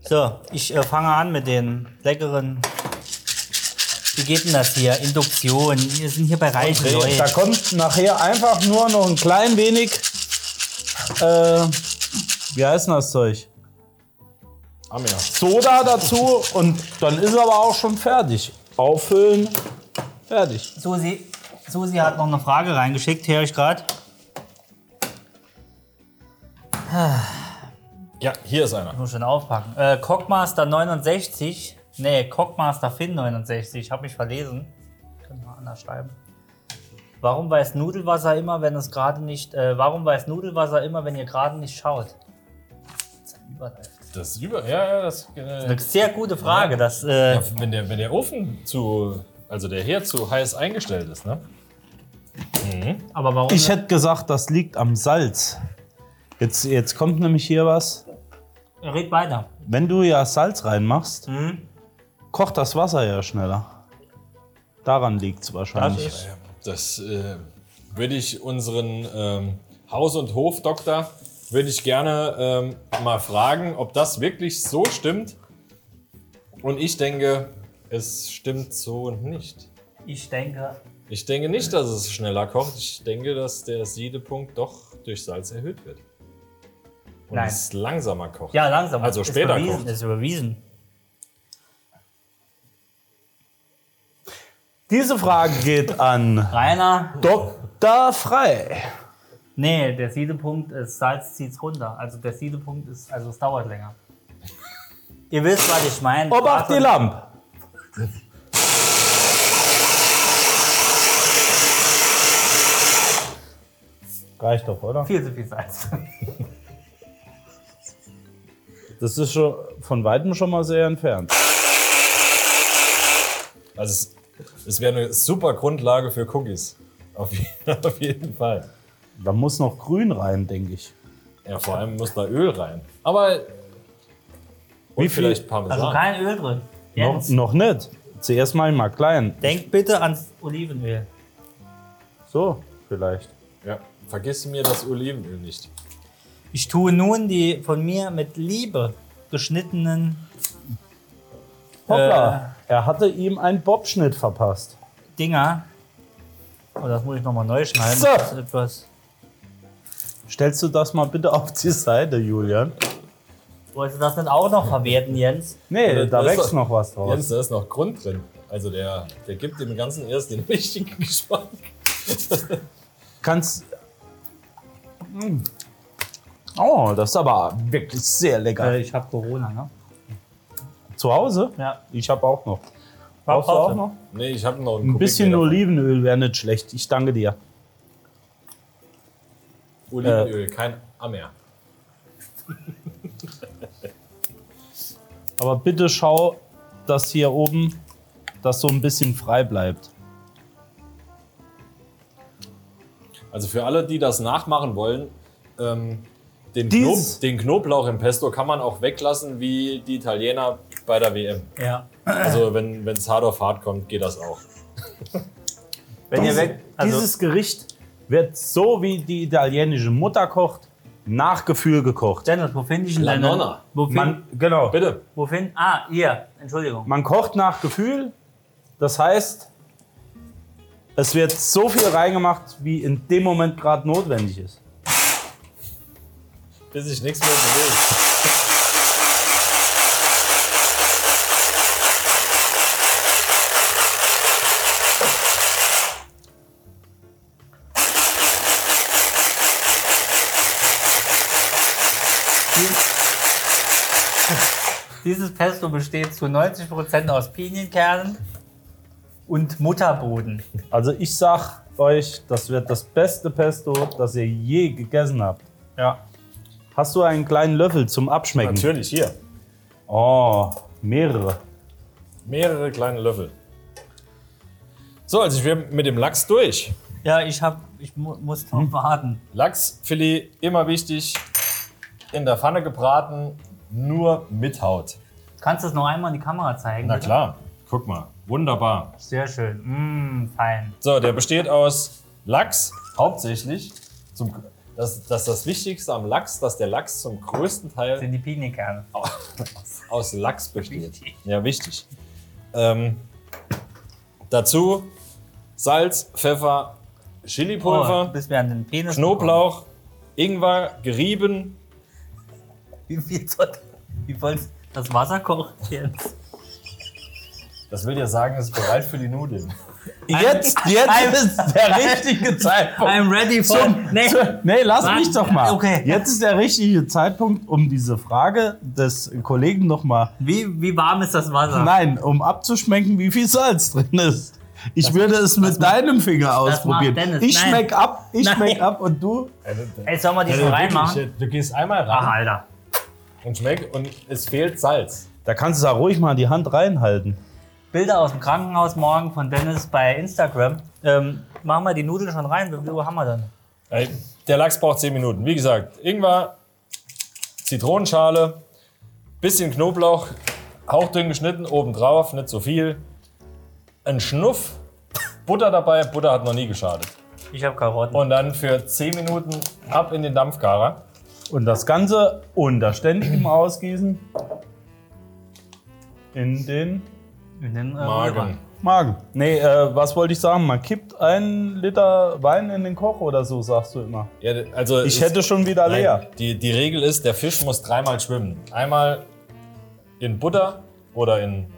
Speaker 1: So, ich äh, fange an mit den leckeren. Wie geht denn das hier? Induktion. Wir sind hier bei reichen
Speaker 2: Dreh-
Speaker 1: Leuten.
Speaker 3: Da kommt nachher einfach nur noch ein klein wenig. Äh, wie heißt denn das Zeug?
Speaker 2: Amir.
Speaker 3: Soda dazu und dann ist aber auch schon fertig. Auffüllen, fertig.
Speaker 1: Susi, Susi hat noch eine Frage reingeschickt, höre ich gerade.
Speaker 2: Ja, hier ist einer.
Speaker 1: Muss schon aufpacken. Äh, Cockmaster 69. Nee, Cockmaster Finn 69. Ich habe mich verlesen. Können wir anders schreiben. Warum weiß Nudelwasser immer, wenn es gerade nicht. Äh, warum weiß Nudelwasser immer, wenn ihr gerade nicht schaut? Das ist ein Überleiter.
Speaker 2: Das ist über. Ja, ja, das.
Speaker 1: Eine sehr gute Frage. Das, äh,
Speaker 2: Ja, wenn, der, wenn der Ofen zu, also der Herd zu heiß eingestellt ist, ne?
Speaker 1: aber warum?
Speaker 3: Ich hätte gesagt, das liegt am Salz. Jetzt, jetzt kommt nämlich hier was.
Speaker 1: Red weiter.
Speaker 3: Wenn du ja Salz reinmachst,
Speaker 1: Mhm.
Speaker 3: kocht das Wasser ja schneller. Daran liegt es wahrscheinlich.
Speaker 1: Das ist-
Speaker 2: Das äh, würde ich unseren ähm, Haus- und Hofdoktor würde ich gerne ähm, mal fragen, ob das wirklich so stimmt. Und ich denke, es stimmt so nicht.
Speaker 1: Ich denke,
Speaker 2: Ich denke nicht, dass es schneller kocht. Ich denke, dass der Siedepunkt doch durch Salz erhöht wird. Und
Speaker 1: Nein.
Speaker 2: es langsamer kocht.
Speaker 1: ja, langsam.
Speaker 2: Also
Speaker 1: ist
Speaker 2: später
Speaker 1: Bewiesen,
Speaker 2: kocht.
Speaker 1: Ist überwiesen.
Speaker 3: Diese Frage geht an
Speaker 1: Rainer.
Speaker 3: Dr. Frei.
Speaker 1: Nee, der Siedepunkt ist, Salz zieht's runter. Also der Siedepunkt ist, also es dauert länger. Ihr wisst, was ich meine.
Speaker 3: Obacht die Lampe. Reicht doch, oder?
Speaker 1: Viel zu viel Salz.
Speaker 3: Das ist schon von weitem schon mal sehr entfernt.
Speaker 2: Also es, es wäre eine super Grundlage für Cookies. Auf, je- auf jeden Fall.
Speaker 3: Da muss noch grün rein, denke ich.
Speaker 2: Ja, vor allem muss da Öl rein. Aber und
Speaker 3: Wie viel-
Speaker 2: vielleicht Parmesan.
Speaker 1: Also kein Öl drin.
Speaker 3: Noch,
Speaker 1: Jens,
Speaker 3: noch nicht. Zuerst mal mal klein.
Speaker 1: denk bitte ans Olivenöl.
Speaker 3: So, vielleicht.
Speaker 2: ja, vergiss mir das Olivenöl nicht.
Speaker 1: Ich tue nun die von mir mit Liebe geschnittenen
Speaker 3: Hoppla, Äh, er hatte ihm einen Bobschnitt verpasst.
Speaker 1: Dinger. Oh, das muss ich nochmal neu schneiden.
Speaker 3: So.
Speaker 1: Das ist etwas.
Speaker 3: Stellst du das mal bitte auf die Seite, Julian?
Speaker 1: Wolltest du das nicht auch noch verwerten, Jens?
Speaker 3: Nee,
Speaker 2: Ja,
Speaker 3: da
Speaker 2: das-
Speaker 3: wächst noch Oh, was draus.
Speaker 2: Jens, da ist noch Grund drin. Also der, der gibt dem Ganzen erst den richtigen Geschmack.
Speaker 3: Kannst. Mm. Oh, das ist aber wirklich sehr lecker.
Speaker 1: Äh, ich habe Corona, ne?
Speaker 3: Zu Hause?
Speaker 1: Ja.
Speaker 3: Ich habe auch noch.
Speaker 1: Brauchst du auch
Speaker 3: noch?
Speaker 2: Nee, ich habe noch einen
Speaker 3: Ein
Speaker 2: Kubik
Speaker 3: bisschen
Speaker 2: mehr davon.
Speaker 3: Olivenöl wäre nicht schlecht. Ich danke dir.
Speaker 2: Olivenöl, kein Ammer.
Speaker 3: Aber bitte schau, dass hier oben das so ein bisschen frei bleibt.
Speaker 2: Also für alle, die das nachmachen wollen, ähm, den, Knob,
Speaker 3: Dies-
Speaker 2: den Knoblauch im Pesto kann man auch weglassen wie die Italiener bei der WM.
Speaker 1: Ja.
Speaker 2: Also wenn es hart auf hart kommt, geht das auch.
Speaker 1: Wenn ihr
Speaker 3: Diese-
Speaker 1: weg. Also,
Speaker 3: dieses Gericht wird so wie die italienische Mutter kocht, nach Gefühl gekocht.
Speaker 1: Dennis, wo finde ich denn
Speaker 2: La
Speaker 1: deine-
Speaker 2: Nonna.
Speaker 1: Wo
Speaker 3: Man,
Speaker 1: finde
Speaker 3: genau.
Speaker 2: Bitte.
Speaker 1: wo find, Ah, ihr. Entschuldigung.
Speaker 3: Man kocht nach Gefühl. Das heißt, es wird so viel reingemacht, wie in dem Moment gerade notwendig ist.
Speaker 2: bis ich nichts mehr bewege.
Speaker 1: Dieses Pesto besteht zu 90% aus Pinienkernen und Mutterboden.
Speaker 3: Also ich sag euch, das wird das beste Pesto, das ihr je gegessen habt.
Speaker 1: Ja.
Speaker 3: Hast du einen kleinen Löffel zum Abschmecken?
Speaker 2: Natürlich, hier.
Speaker 3: Oh, mehrere.
Speaker 2: Mehrere kleine Löffel. So, also ich wäre mit dem Lachs durch.
Speaker 1: Ja, ich hab, ich mu muss noch
Speaker 2: Hm.
Speaker 1: warten.
Speaker 2: Lachsfilet, immer wichtig, in der Pfanne gebraten, nur mit Haut.
Speaker 1: Kannst du es noch einmal in die Kamera zeigen?
Speaker 2: Na
Speaker 1: bitte?
Speaker 2: klar, guck mal, wunderbar.
Speaker 1: Sehr schön. Mm, fein.
Speaker 2: So, der besteht aus Lachs hauptsächlich. Zum, das, das ist das Wichtigste am Lachs, dass der Lachs zum größten Teil
Speaker 1: Sind die Pinienkerne.
Speaker 2: aus Lachs besteht. Ja, wichtig. Ähm, dazu Salz, Pfeffer,
Speaker 1: Oh,
Speaker 2: Chilipulver,
Speaker 1: bis wir an den Penis
Speaker 2: Knoblauch, Ingwer,
Speaker 1: Kommen.
Speaker 2: gerieben.
Speaker 1: Wie viel soll Wie wollt's das Wasser kochen jetzt?
Speaker 2: Das will ja sagen, es ist bereit für die Nudeln.
Speaker 3: Jetzt, jetzt ist der richtige
Speaker 2: Oh.
Speaker 3: Zeitpunkt.
Speaker 1: I'm ready for. nee.
Speaker 3: Nee, lass
Speaker 1: Mann,
Speaker 3: mich doch mal.
Speaker 1: okay.
Speaker 3: Jetzt ist der richtige Zeitpunkt, um diese Frage des Kollegen noch mal
Speaker 1: Wie, wie warm ist das Wasser?
Speaker 3: Nein, um abzuschmecken, wie viel Salz drin ist. Ich würde es mit deinem Finger ausprobieren.
Speaker 1: macht Dennis,
Speaker 3: ich
Speaker 1: nein.
Speaker 3: schmeck ab, ich
Speaker 1: Nein.
Speaker 3: schmeck ab und du.
Speaker 1: Ey, sollen wir die schon reinmachen?
Speaker 2: Also du gehst einmal
Speaker 1: Ach,
Speaker 2: rein
Speaker 1: Alter.
Speaker 2: und schmeckt und es fehlt Salz.
Speaker 3: Da kannst du da ruhig mal die Hand reinhalten.
Speaker 1: Bilder aus dem Krankenhaus morgen von Dennis bei Instagram. Ähm, machen wir die Nudeln schon rein. Wie viel Uhr haben wir dann?
Speaker 2: Ey, Der Lachs braucht 10 Minuten. Wie gesagt, Ingwer, Zitronenschale, bisschen Knoblauch, hauchdünn geschnitten, obendrauf, nicht so viel. Ein Schnuff, Butter dabei, Butter hat noch nie geschadet.
Speaker 1: Ich habe Karotten.
Speaker 2: Und dann für 10 Minuten ab in den Dampfgarer.
Speaker 3: Und das Ganze unter ständigem Ausgießen in den
Speaker 1: in den äh, Rührer.
Speaker 2: Magen.
Speaker 3: Magen. Nee, äh, was wollte ich sagen? Man kippt einen Liter Wein in den Koch oder so, sagst du immer.
Speaker 2: Ja, also es-
Speaker 3: Ich hätte schon wieder leer.
Speaker 2: Nein, die, die Regel ist, der Fisch muss dreimal schwimmen. Einmal in Butter oder in.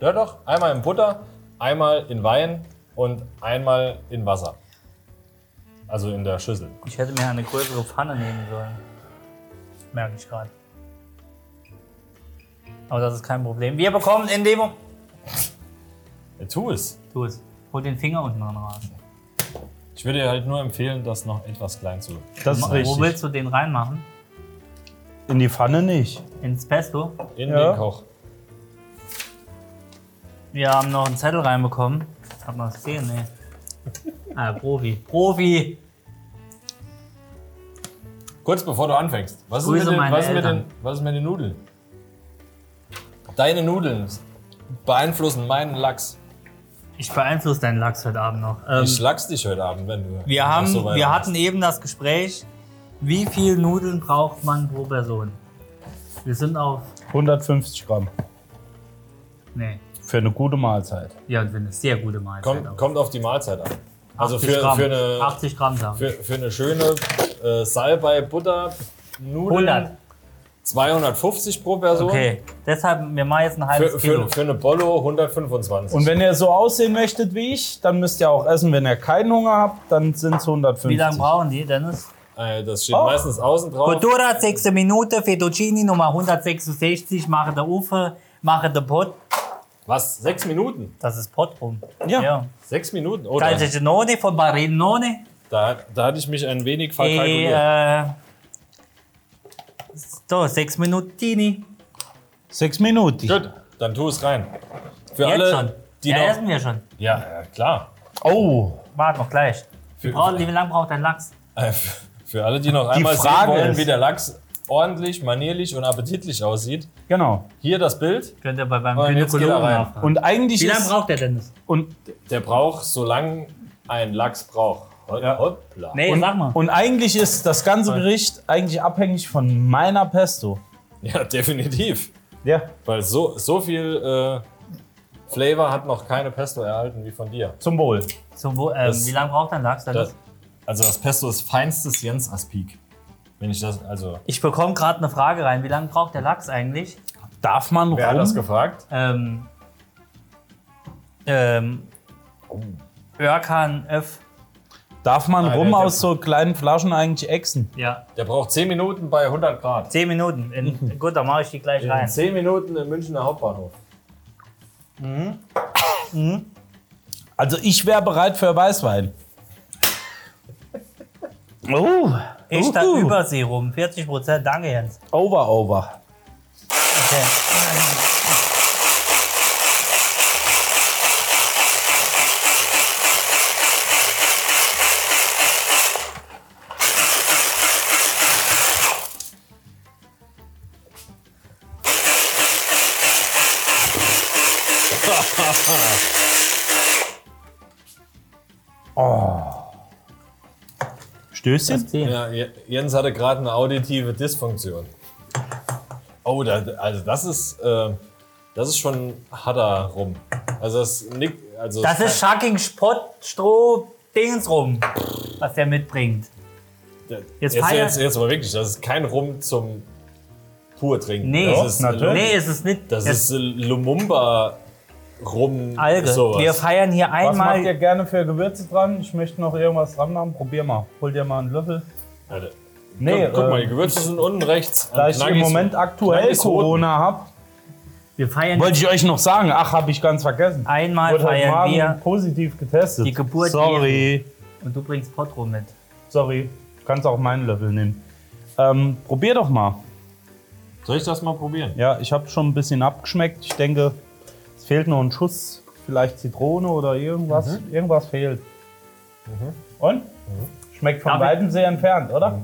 Speaker 2: Ja doch, einmal in Butter, einmal in Wein und einmal in Wasser. Also in der Schüssel.
Speaker 1: Ich hätte mir eine größere Pfanne nehmen sollen. Merke ich gerade. Aber das ist kein Problem. Wir bekommen in dem.
Speaker 2: Ja, Äh, tu es.
Speaker 1: Du es. Hol den Finger unten dran raus.
Speaker 2: Ich würde dir halt nur empfehlen, das noch etwas klein zu.
Speaker 3: Das ist
Speaker 1: Wo
Speaker 3: richtig.
Speaker 1: willst du den reinmachen?
Speaker 3: In die Pfanne nicht.
Speaker 1: Ins Pesto.
Speaker 2: In
Speaker 3: Ja.
Speaker 2: den Koch.
Speaker 1: Wir haben noch einen Zettel reinbekommen. Hat man was gesehen? Nee. Ah, Profi. Profi!
Speaker 2: Kurz bevor du anfängst, was ist,
Speaker 1: Grüße
Speaker 2: mit den,
Speaker 1: meine
Speaker 2: was, ist mit den,
Speaker 1: Eltern.
Speaker 2: was ist mit den Nudeln? Deine Nudeln beeinflussen meinen Lachs.
Speaker 1: Ich beeinflusse deinen Lachs heute Abend noch. Ähm,
Speaker 2: ich lachs dich heute Abend, wenn du.
Speaker 1: wir
Speaker 2: noch
Speaker 1: haben,
Speaker 2: so
Speaker 1: wir
Speaker 2: weitermachst.
Speaker 1: hatten eben das Gespräch, wie viel Nudeln braucht man pro Person? Wir sind auf.
Speaker 3: 150 Gramm.
Speaker 1: Nee.
Speaker 3: Für eine gute Mahlzeit.
Speaker 1: Ja, und für eine sehr gute Mahlzeit.
Speaker 2: Kommt,
Speaker 1: auch.
Speaker 2: kommt auf die Mahlzeit an. Also
Speaker 1: 80
Speaker 2: für,
Speaker 1: Gramm.
Speaker 2: für eine,
Speaker 1: 80 Gramm sagen. wir.
Speaker 2: für, für eine schöne äh, Salbei-Butter-Nudeln
Speaker 1: 100.
Speaker 2: 250 pro Person.
Speaker 1: Okay, deshalb, wir machen jetzt ein halbes
Speaker 2: Für,
Speaker 1: Kilo.
Speaker 2: für, für eine Bollo 125.
Speaker 3: Und wenn ihr so aussehen möchtet wie ich, dann müsst ihr auch essen. Wenn ihr keinen Hunger habt, dann sind es 150.
Speaker 1: Wie lange brauchen die, Dennis?
Speaker 2: äh, das steht
Speaker 3: Oh.
Speaker 2: meistens außen drauf.
Speaker 1: Cottura, 6 Minuten, Fettuccini Nummer 166, mache der Ufer, mache der Pot.
Speaker 2: Was? Sechs Minuten?
Speaker 1: Das ist Pot rum.
Speaker 3: Ja.
Speaker 2: Sechs Minuten? Oder?
Speaker 1: Calzecinone von Barinone.
Speaker 2: Da, da hatte ich mich ein wenig
Speaker 1: E,
Speaker 2: verkalkuliert.
Speaker 1: äh, so, 6 Minutini.
Speaker 3: Sechs Minuten.
Speaker 2: Gut, dann tu es rein. Für
Speaker 1: Jetzt
Speaker 2: alle,
Speaker 1: schon.
Speaker 2: die
Speaker 1: ja,
Speaker 2: noch.
Speaker 1: essen wir schon.
Speaker 2: Ja, ja, klar.
Speaker 3: Oh,
Speaker 1: Warte noch gleich.
Speaker 2: Für,
Speaker 1: Brauchen, wie lange braucht dein Lachs?
Speaker 2: äh, für alle, die noch einmal
Speaker 3: Frage
Speaker 2: sehen wollen,
Speaker 3: ist-
Speaker 2: wie der Lachs ordentlich, manierlich und appetitlich aussieht,
Speaker 3: genau.
Speaker 2: hier das Bild.
Speaker 1: Könnt ihr bei meinem
Speaker 2: Und Oh, jetzt geht er
Speaker 1: Gynäkologen
Speaker 2: rein.
Speaker 1: nachfragen.
Speaker 3: Und eigentlich
Speaker 1: Wie lange
Speaker 3: ist...
Speaker 1: braucht der Dennis?
Speaker 3: Und,
Speaker 2: Der braucht, solange ein Lachs braucht. Ho-
Speaker 3: Ja.
Speaker 2: Hoppla.
Speaker 1: Nee,
Speaker 3: und,
Speaker 1: sag mal.
Speaker 3: und eigentlich ist das ganze Gericht eigentlich abhängig von meiner Pesto.
Speaker 2: Ja, definitiv.
Speaker 3: Ja,
Speaker 2: Weil so, so viel äh, Flavor hat noch keine Pesto erhalten wie von dir.
Speaker 3: zum Wohl.
Speaker 1: Zum, Wo- ähm,
Speaker 2: Das-
Speaker 1: wie lange braucht dein Lachs, Dennis?
Speaker 2: Das, also das Pesto ist feinstes Jens Aspik. Wenn ich das, also.
Speaker 1: Ich bekomme gerade eine Frage rein. Wie lange braucht der Lachs eigentlich?
Speaker 3: Darf man
Speaker 2: Wer hat
Speaker 3: rum?
Speaker 2: das gefragt?
Speaker 1: Ähm, ähm, Örkan F.
Speaker 3: Darf man
Speaker 2: Nein,
Speaker 3: rum
Speaker 2: der-
Speaker 3: aus so kleinen Flaschen eigentlich exen?
Speaker 1: Ja,
Speaker 2: Der braucht 10 Minuten bei 100 Grad.
Speaker 1: 10 Minuten. In, gut, dann mache ich die gleich
Speaker 2: In
Speaker 1: rein.
Speaker 2: 10 Minuten im Münchner Hauptbahnhof.
Speaker 3: Also ich wäre bereit für Weißwein. Oh,
Speaker 1: Ich da
Speaker 3: Uhu.
Speaker 1: über sie rum. 40 Prozent. Danke, Jens.
Speaker 3: over, over.
Speaker 1: Okay.
Speaker 3: Stößchen?
Speaker 2: Ja, Je- Jens hatte gerade eine auditive Dysfunktion. Oh, da, also das ist, äh, das ist schon harter rum. Also das nickt, also
Speaker 1: Das ist Shacking Spott, Stroh, Dings rum, was der mitbringt.
Speaker 2: jetzt,
Speaker 1: jetzt
Speaker 2: jetzt,
Speaker 1: feier-
Speaker 2: jetzt, aber wirklich, das ist kein Rum zum pur trinken.
Speaker 1: Nee,
Speaker 2: das ist,
Speaker 3: natürlich.
Speaker 1: Nee, es ist nicht.
Speaker 2: Das
Speaker 1: es
Speaker 2: ist äh, Lumumba rum
Speaker 1: Alge.
Speaker 2: sowas.
Speaker 1: Wir feiern hier
Speaker 3: Was macht ihr
Speaker 1: einmal.
Speaker 3: gerne für Gewürze dran? Ich möchte noch irgendwas dran machen. Probier mal. Hol dir mal einen Löffel.
Speaker 2: Alter,
Speaker 3: Nee,
Speaker 2: guck, guck mal, die
Speaker 3: äh,
Speaker 2: Gewürze sind unten rechts.
Speaker 3: da ich im Moment aktuell
Speaker 2: Knackis roten.
Speaker 3: Corona habe,
Speaker 1: Wir feiern
Speaker 3: wollte ich euch noch sagen. Ach, habe ich ganz vergessen.
Speaker 1: einmal
Speaker 3: Wurde heute
Speaker 1: feiern
Speaker 3: Morgen
Speaker 1: wir.
Speaker 3: positiv getestet.
Speaker 1: Die Geburt
Speaker 3: Sorry.
Speaker 1: Und du bringst Pott rum mit.
Speaker 3: Sorry. Kannst auch meinen Löffel nehmen. Ähm, probier doch mal.
Speaker 2: Soll ich das mal probieren?
Speaker 3: Ja, ich habe schon ein bisschen abgeschmeckt. Ich denke, es fehlt noch ein Schuss, vielleicht Zitrone oder irgendwas.
Speaker 1: Mhm.
Speaker 3: Irgendwas fehlt. Und? Schmeckt von
Speaker 1: Darf ich- Mhm.
Speaker 3: weitem sehr entfernt, oder?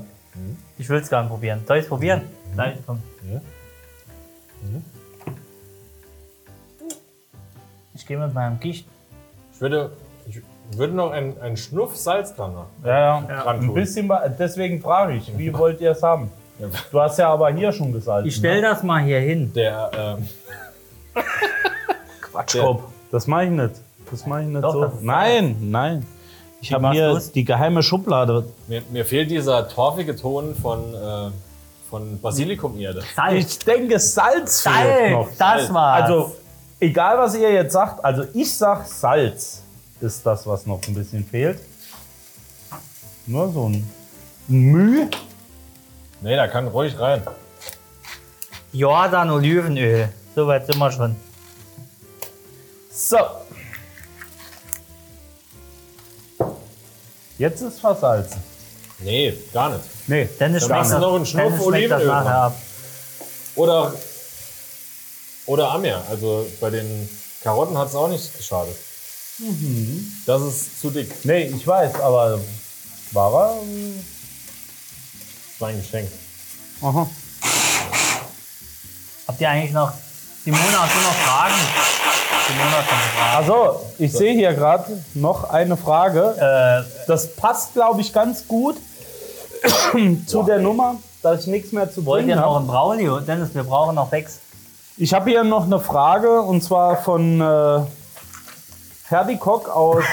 Speaker 1: Ich will es gar nicht probieren. Soll ich es probieren?
Speaker 2: Mhm.
Speaker 1: Nein, komm. Ich gehe mit meinem Gicht.
Speaker 2: Ich würde, ich würde noch einen, einen Schnuff Salz dran machen.
Speaker 3: Ja, ja.
Speaker 2: Dran
Speaker 3: Ein
Speaker 2: tun.
Speaker 3: bisschen, wa- deswegen frage ich, wie wollt ihr es haben? Du hast ja aber hier schon gesalzen. ne?
Speaker 1: Ich stell das mal hier hin.
Speaker 2: Der, ähm,
Speaker 3: Quatsch. Rob. Das mache ich nicht. Das mache ich nicht
Speaker 1: Doch,
Speaker 3: so.
Speaker 1: das ist
Speaker 3: Nein, nein. Ich habe
Speaker 1: machst
Speaker 3: hier
Speaker 1: du's?
Speaker 3: die geheime Schublade.
Speaker 2: mir, mir fehlt dieser torfige Ton von, äh, von Basilikumerde.
Speaker 1: Salz.
Speaker 3: Ich denke, Salz fehlt noch.
Speaker 1: Also Salz, das war's.
Speaker 3: Also, egal was ihr jetzt sagt, also ich sag Salz ist das, was noch ein bisschen fehlt. Nur so ein Müh.
Speaker 2: Nee, da kann ruhig rein.
Speaker 1: Jordan Olivenöl. So weit sind wir schon.
Speaker 3: So. Jetzt ist versalzen.
Speaker 2: Nee, gar nicht.
Speaker 3: Nee,
Speaker 1: Dennis
Speaker 2: Dann
Speaker 1: schmeckt
Speaker 2: machst du
Speaker 1: das,
Speaker 2: noch einen Schnuff
Speaker 1: Dennis schmeckt das
Speaker 2: Olivenöl
Speaker 1: nachher ab.
Speaker 2: Oder, oder Ammer. Also bei den Karotten hat es auch nicht geschadet.
Speaker 3: Mhm.
Speaker 2: Das ist zu dick.
Speaker 3: Nee, ich weiß, aber war er? ähm,
Speaker 2: Mein Geschenk.
Speaker 3: Aha.
Speaker 1: Habt ihr eigentlich noch. Simona, hast du noch Fragen? Simona hat noch Fragen.
Speaker 3: Also, ich sehe hier gerade noch eine Frage. Äh, Das passt, glaube ich, ganz gut zu der Nummer, dass ich nichts mehr zu
Speaker 1: Wollt ihr
Speaker 3: bringen
Speaker 1: noch
Speaker 3: habe.
Speaker 1: einen Braulio? Dennis, wir brauchen noch sechs.
Speaker 3: Ich habe hier noch eine Frage und zwar von äh, Ferdikok aus.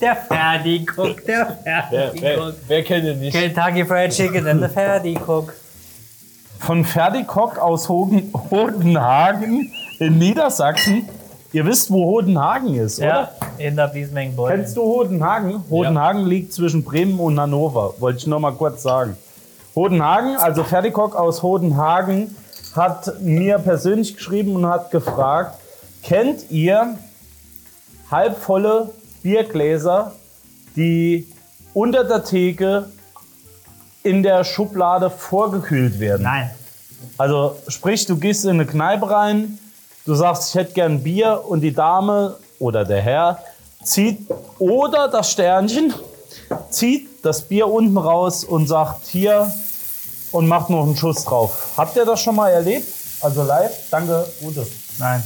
Speaker 1: Der Ferdi-Cook, der
Speaker 2: Wer, wer,
Speaker 1: Ferdi-Cook.
Speaker 2: wer kennt den nicht?
Speaker 1: Kentucky Fried Chicken and the Ferdi-Cook.
Speaker 3: von Ferdikok aus Hogen, Hodenhagen in Niedersachsen. Ihr wisst, wo Hodenhagen ist,
Speaker 1: Ja,
Speaker 3: oder?
Speaker 1: in der Biesmengbeutel.
Speaker 3: Kennst du Hodenhagen? Hodenhagen liegt zwischen Bremen und Hannover. Wollte ich noch mal kurz sagen. Hodenhagen, also Ferdikok aus Hodenhagen, hat mir persönlich geschrieben und hat gefragt, kennt ihr halbvolle Biergläser, die unter der Theke in der Schublade vorgekühlt werden?
Speaker 1: Nein.
Speaker 3: Also sprich, du gehst in eine Kneipe rein, du sagst, ich hätte gern Bier und die Dame oder der Herr zieht oder das Sternchen zieht das Bier unten raus und sagt hier und macht noch einen Schuss drauf. Habt ihr das schon mal erlebt? Also live? Danke, Ute.
Speaker 1: Nein.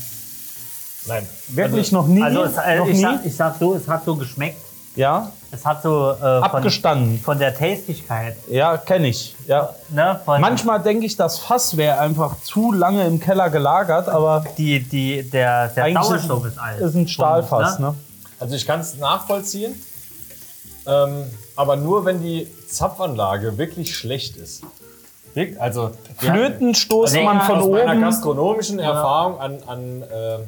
Speaker 2: Nein.
Speaker 3: Wirklich noch nie?
Speaker 1: Also, es, äh,
Speaker 3: noch
Speaker 1: ich,
Speaker 3: nie?
Speaker 1: sag, ich sag so, es hat so geschmeckt.
Speaker 3: ja,
Speaker 1: Es hat so äh, von,
Speaker 3: abgestanden.
Speaker 1: von der Tastigkeit.
Speaker 3: Ja, kenne ich. Ja.
Speaker 1: Ne? Von
Speaker 3: Manchmal denke ich, das Fass wäre einfach zu lange im Keller gelagert, aber
Speaker 1: die, die, der, der
Speaker 3: Eigentlich ist-
Speaker 1: Sauerstoff ist alt.
Speaker 3: ist ein Stahlfass.
Speaker 1: Ne?
Speaker 3: Ne?
Speaker 2: Also ich kann es nachvollziehen, ähm, aber nur wenn die Zapfanlage wirklich schlecht ist. Wirk- Also wir
Speaker 3: Flöten stoßt
Speaker 1: Nee,
Speaker 3: man von
Speaker 2: aus meiner
Speaker 3: oben.
Speaker 2: gastronomischen Erfahrung an, an, äh,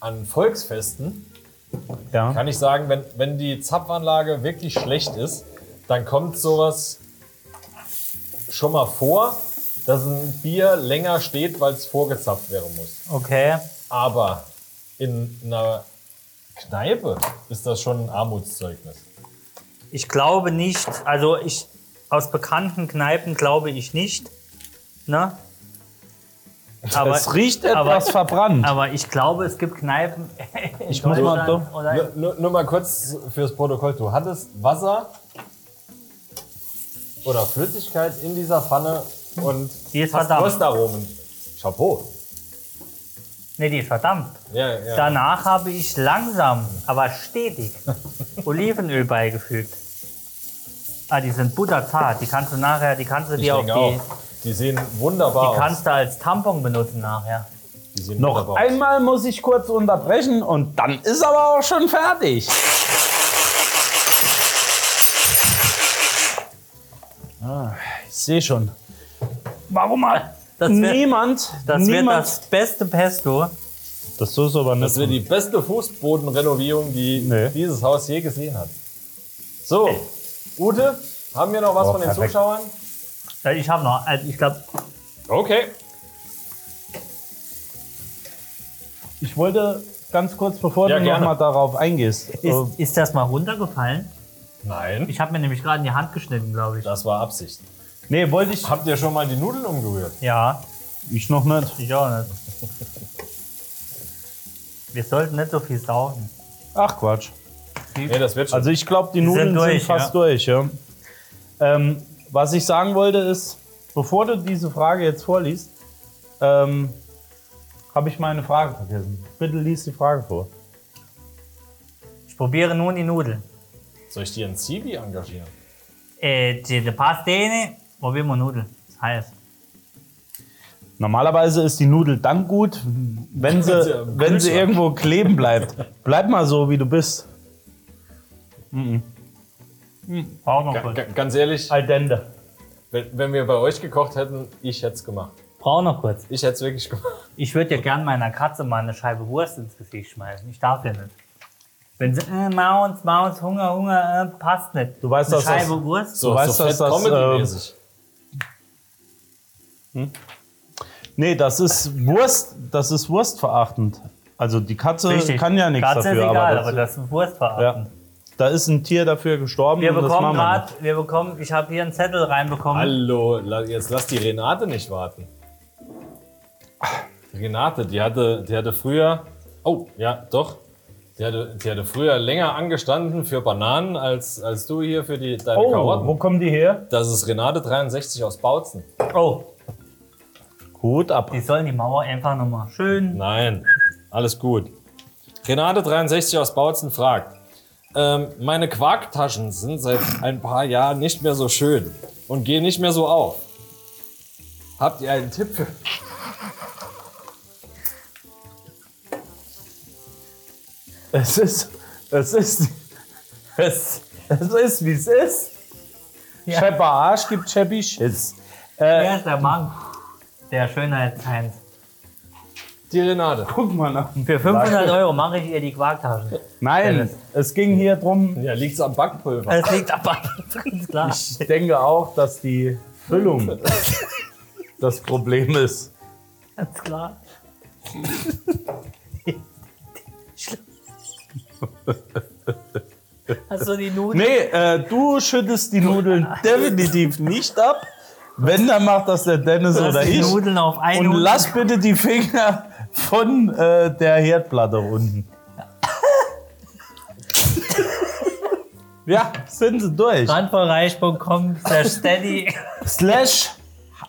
Speaker 2: an Volksfesten
Speaker 3: Ja.
Speaker 2: kann ich sagen, wenn, wenn die Zapfanlage wirklich schlecht ist, dann kommt sowas schon mal vor, dass ein Bier länger steht, weil es vorgezapft werden muss.
Speaker 1: Okay.
Speaker 2: Aber in einer Kneipe ist das schon ein Armutszeugnis.
Speaker 1: Ich glaube nicht, also ich aus bekannten Kneipen glaube ich nicht. Ne? Aber,
Speaker 3: es riecht etwas
Speaker 1: aber-
Speaker 3: verbrannt.
Speaker 1: aber ich glaube, es gibt Kneipen. in
Speaker 3: Ich muss mal-
Speaker 1: Deutschland oder
Speaker 2: Nur, nur, nur mal kurz fürs Protokoll. Du hattest Wasser oder Flüssigkeit in dieser Pfanne und
Speaker 1: Die ist
Speaker 2: hast
Speaker 1: verdammt.
Speaker 2: Röstaromen. Chapeau.
Speaker 1: Nee, die ist verdammt.
Speaker 2: Ja, ja.
Speaker 1: Danach habe ich langsam, aber stetig Olivenöl beigefügt. Ah, die sind butterzart. Die kannst du nachher, die kannst du
Speaker 2: ich
Speaker 1: dir auf
Speaker 2: denke
Speaker 1: die,
Speaker 2: auch. Die sehen wunderbar
Speaker 1: die
Speaker 2: aus.
Speaker 1: kannst du als Tampon benutzen nachher.
Speaker 2: Die sehen
Speaker 3: Noch
Speaker 2: wunderbar aus.
Speaker 3: einmal muss ich kurz unterbrechen und dann ist aber auch schon fertig. Ah, ich sehe schon. Warum mal?
Speaker 1: Das wird-
Speaker 3: niemand,
Speaker 1: Das wird
Speaker 3: niemand.
Speaker 1: das beste Pesto.
Speaker 3: das ist aber
Speaker 2: Das wäre die beste Fußbodenrenovierung, die
Speaker 3: Nee.
Speaker 2: dieses Haus je gesehen hat. So, Ute, haben wir noch was
Speaker 3: Oh,
Speaker 2: von den
Speaker 3: perfekt.
Speaker 2: Zuschauern?
Speaker 1: Ja, Ich habe noch, also ich glaube,
Speaker 2: Okay.
Speaker 3: Ich wollte ganz kurz, bevor
Speaker 2: Ja,
Speaker 3: du
Speaker 2: gerne.
Speaker 3: nochmal darauf eingehst. äh,
Speaker 1: ist, ist das mal runtergefallen?
Speaker 2: Nein,
Speaker 1: Ich habe mir nämlich gerade in die Hand geschnitten, glaube ich.
Speaker 2: das war Absicht.
Speaker 3: Nee, wollte ich.
Speaker 2: Habt ihr schon mal die Nudeln umgerührt?
Speaker 1: Ja,
Speaker 3: Ich noch nicht.
Speaker 1: ich auch nicht. Wir sollten nicht so viel saugen.
Speaker 3: Ach Quatsch.
Speaker 2: Nee, das wird schon.
Speaker 3: Also ich glaube, die Nudeln sind,
Speaker 1: durch,
Speaker 3: fast
Speaker 1: ja.
Speaker 3: durch. Ja. Ähm, was ich sagen wollte ist, bevor du diese Frage jetzt vorliest, ähm, habe ich meine Frage vergessen. Bitte lies die Frage vor.
Speaker 1: Ich probiere nun die Nudeln.
Speaker 2: Soll ich dir einen Zivi engagieren?
Speaker 1: Äh, die die Pastene, probieren wir Nudeln. Das heißt.
Speaker 3: Normalerweise ist die Nudel dann gut, wenn
Speaker 2: Wenn sie
Speaker 3: sie,
Speaker 2: am
Speaker 3: wenn sie
Speaker 2: Kühlschrank-
Speaker 3: irgendwo kleben bleibt. Bleib mal so, wie du bist.
Speaker 1: Brauchen wir
Speaker 2: Ga-
Speaker 1: kurz.
Speaker 2: ga- ganz ehrlich,
Speaker 3: Al dente.
Speaker 2: wenn, wenn wir bei euch gekocht hätten, ich hätte es gemacht.
Speaker 1: Brauchen wir kurz.
Speaker 2: Ich hätte es wirklich gemacht.
Speaker 1: Ich würde ja gern meiner Katze mal eine Scheibe Wurst ins Gesicht schmeißen. Ich darf ja nicht. Wenn sie, äh, Maus, Maus, Hunger, Hunger, äh, passt nicht.
Speaker 3: Du weißt,
Speaker 1: eine
Speaker 3: dass das-
Speaker 1: Scheibe Wurst?
Speaker 2: So,
Speaker 3: weißt,
Speaker 2: so
Speaker 3: dass
Speaker 2: fett
Speaker 3: das, ähm,
Speaker 2: Comedy-mäßig.
Speaker 3: Nee, das ist Wurst, das ist wurstverachtend. Also die Katze kann ja nichts
Speaker 1: Katze
Speaker 3: dafür.
Speaker 1: ist egal, aber
Speaker 3: aber das,
Speaker 1: das, ist Wurst verachten.
Speaker 3: Da ist ein Tier dafür gestorben.
Speaker 1: Wir
Speaker 3: und das
Speaker 1: bekommen
Speaker 3: machen wir
Speaker 1: gerade, wir bekommen, ich habe hier einen Zettel reinbekommen.
Speaker 2: Hallo, la- jetzt lass die Renate nicht warten. Die Renate, die hatte, die hatte früher. Oh, ja, doch. Die hatte, die hatte früher länger angestanden für Bananen als, als du hier für die, deine
Speaker 3: nicht. Oh, wo
Speaker 2: Karotten.
Speaker 3: kommen die her?
Speaker 2: Das ist Renate 63 aus Bautzen.
Speaker 1: Oh,
Speaker 3: Hut ab.
Speaker 1: die sollen die Mauer einfach nochmal schön.
Speaker 2: Nein, alles gut. Renate 63 aus Bautzen fragt: ähm, Meine Quarktaschen sind seit ein paar Jahren nicht mehr so schön und gehen nicht mehr so auf. Habt ihr einen Tipp für
Speaker 3: Es ist, es ist, es, es ist, wie es ist.
Speaker 1: Ja.
Speaker 3: Schepper Arsch gibt Scheppi Schiss. Äh,
Speaker 1: Wer ist der Mann? Der Schönheitsheinz.
Speaker 2: die Renate?
Speaker 3: Guck mal nach.
Speaker 1: Für 500 Euro mache ich ihr die Quarktaschen.
Speaker 3: Nein, es ging hier drum.
Speaker 2: Ja, liegt's am Backpulver.
Speaker 1: Das liegt aber ganz klar.
Speaker 3: Ich denke auch, dass die Füllung das Problem ist.
Speaker 1: Ganz klar. Hast du die Nudeln?
Speaker 3: Nee, äh, du schüttelst die Nudeln definitiv nicht ab. Wenn, dann macht das der Dennis
Speaker 1: Lass
Speaker 3: oder
Speaker 1: die
Speaker 3: ich.
Speaker 1: Nudeln auf einen
Speaker 3: Und lass bitte die Finger von äh, der Herdplatte unten. Ja, sind sie durch.
Speaker 1: Brandbereich.com, der Steady.
Speaker 3: Slash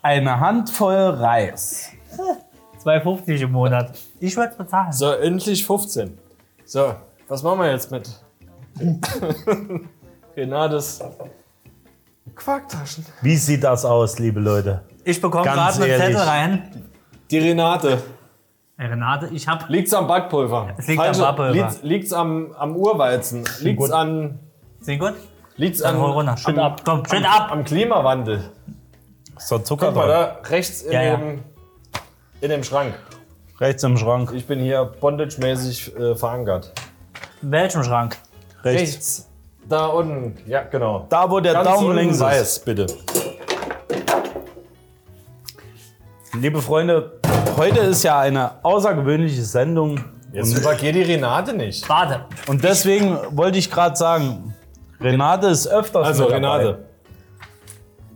Speaker 3: eine Handvoll Reis.
Speaker 1: 2,50 im Monat. Ich würde es bezahlen.
Speaker 2: So, endlich 15. So, was machen wir jetzt mit? Renates Quarktaschen.
Speaker 3: Wie sieht das aus, liebe Leute?
Speaker 1: Ich bekomme gerade
Speaker 3: Ganz
Speaker 1: einen
Speaker 3: ehrlich.
Speaker 1: Zettel rein.
Speaker 2: Die Renate.
Speaker 1: Hey, Renate, ich habe
Speaker 2: Liegt's am Backpulver? Also,
Speaker 1: Es liegt am Backpulver.
Speaker 2: Liegt's, liegt's am, am Urweizen? Liegt's
Speaker 3: Gut.
Speaker 2: an.
Speaker 1: Sehr gut.
Speaker 2: Liegt's
Speaker 1: Dann
Speaker 2: an.
Speaker 1: hol runter. Schütt
Speaker 2: am,
Speaker 1: ab. Komm, schütt
Speaker 2: am,
Speaker 1: ab.
Speaker 2: Am Klimawandel.
Speaker 3: So Zucker
Speaker 2: Guck mal,
Speaker 3: drauf.
Speaker 2: da rechts in,
Speaker 1: Ja, ja.
Speaker 2: dem, in dem Schrank.
Speaker 3: Rechts im Schrank.
Speaker 2: Ich bin hier bondage-mäßig äh, verankert.
Speaker 1: In welchem Schrank?
Speaker 3: Rechts.
Speaker 2: Rechts. Da unten. Ja, genau.
Speaker 3: Da, wo der
Speaker 2: Ganz
Speaker 3: Daumen
Speaker 2: unten
Speaker 3: links ist.
Speaker 2: weiß, bitte.
Speaker 3: Liebe Freunde, heute ist ja eine außergewöhnliche Sendung.
Speaker 2: Jetzt übergeh die Renate nicht.
Speaker 1: Warte.
Speaker 3: Und deswegen wollte ich gerade sagen, Renate ist öfters
Speaker 2: Also
Speaker 3: mit dabei.
Speaker 2: Renate,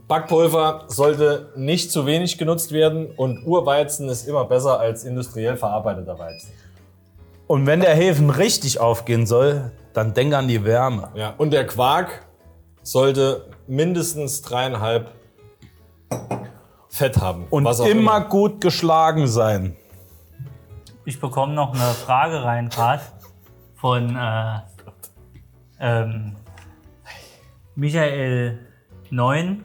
Speaker 2: Backpulver sollte nicht zu wenig genutzt werden und Urweizen ist immer besser als industriell verarbeiteter Weizen.
Speaker 3: Und wenn der Häfen richtig aufgehen soll, dann denk an die Wärme.
Speaker 2: Ja. Und der Quark sollte mindestens dreieinhalb Fett haben.
Speaker 3: Und
Speaker 2: was auch
Speaker 3: immer gut geschlagen sein.
Speaker 1: Ich bekomme noch eine Frage rein gerade von äh, ähm, Michael Neun.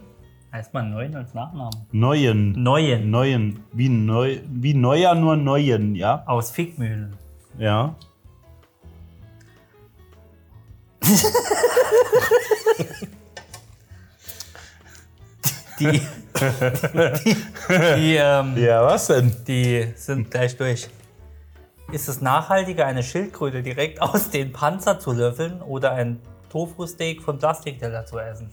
Speaker 1: Heißt man Neun als Nachnamen?
Speaker 3: Neuen.
Speaker 1: Neuen
Speaker 3: Neuen. Wie, neu, wie neuer, nur neuen, ja?
Speaker 1: aus Fickmühlen.
Speaker 3: Ja.
Speaker 1: Die, die, die, ähm,
Speaker 3: Ja, was denn?
Speaker 1: Die sind gleich durch. Ist es nachhaltiger, eine Schildkröte direkt aus dem Panzer zu löffeln oder ein Tofu-Steak von Plastikteller zu essen?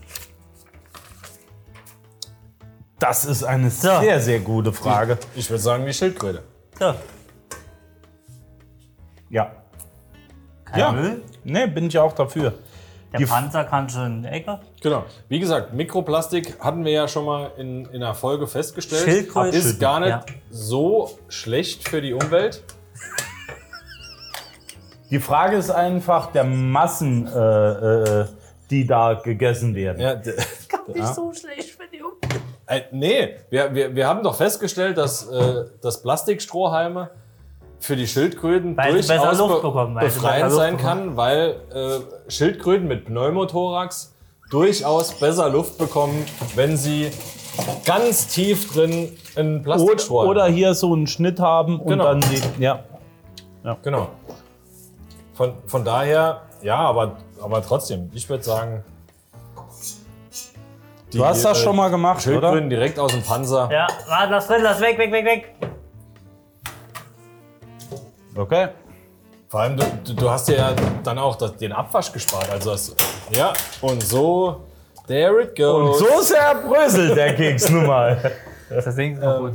Speaker 3: Das ist eine
Speaker 1: So.
Speaker 3: sehr, sehr gute Frage.
Speaker 2: Ich würde sagen, die Schildkröte.
Speaker 1: So,
Speaker 3: Ja.
Speaker 1: kein
Speaker 3: ja.
Speaker 1: Müll.
Speaker 3: Nee, bin ich auch dafür.
Speaker 1: Der
Speaker 3: Die-
Speaker 1: Panzer kann schon in die Ecke.
Speaker 2: Genau. Wie gesagt, Mikroplastik hatten wir ja schon mal in, in einer Folge festgestellt.
Speaker 1: Schildkröte.
Speaker 2: Ist gar nicht
Speaker 1: Ja.
Speaker 2: so schlecht für die Umwelt.
Speaker 3: Die Frage ist einfach der Massen, äh, äh, die da gegessen werden.
Speaker 2: Ja, d-
Speaker 4: Nicht so schlecht für die Umwelt.
Speaker 2: Äh, nee, wir, wir, wir haben doch festgestellt, dass, äh, dass Plastikstrohhalme für die Schildkröten
Speaker 1: Weil sie besser
Speaker 2: durchaus
Speaker 1: Luft
Speaker 2: be-
Speaker 1: bekommen, weil sie besser
Speaker 2: befreiend
Speaker 1: Luft
Speaker 2: sein
Speaker 1: bekommen.
Speaker 2: kann, weil äh, Schildkröten mit Pneumothorax durchaus besser Luft bekommen, wenn sie ganz tief drin einen
Speaker 3: Oder,
Speaker 2: Plastikstrohhalm
Speaker 3: oder hier so einen Schnitt haben und
Speaker 2: Genau.
Speaker 3: dann die. Ja.
Speaker 2: Genau. Von, von daher, ja, aber, aber trotzdem, ich würde sagen.
Speaker 3: Du hast das schon mal gemacht, oder?
Speaker 2: äh, Schildkröten direkt aus dem Panzer.
Speaker 1: Ja, warte, lass drin, lass weg, weg, weg, weg.
Speaker 3: Okay.
Speaker 2: Vor allem, du, du- du hast dir ja dann auch das, den Abwasch gespart. Also das, ja, und so, there it
Speaker 3: Und
Speaker 2: goes.
Speaker 3: so sehr bröselt der Keks nun mal.
Speaker 1: Das Ding ist noch gut.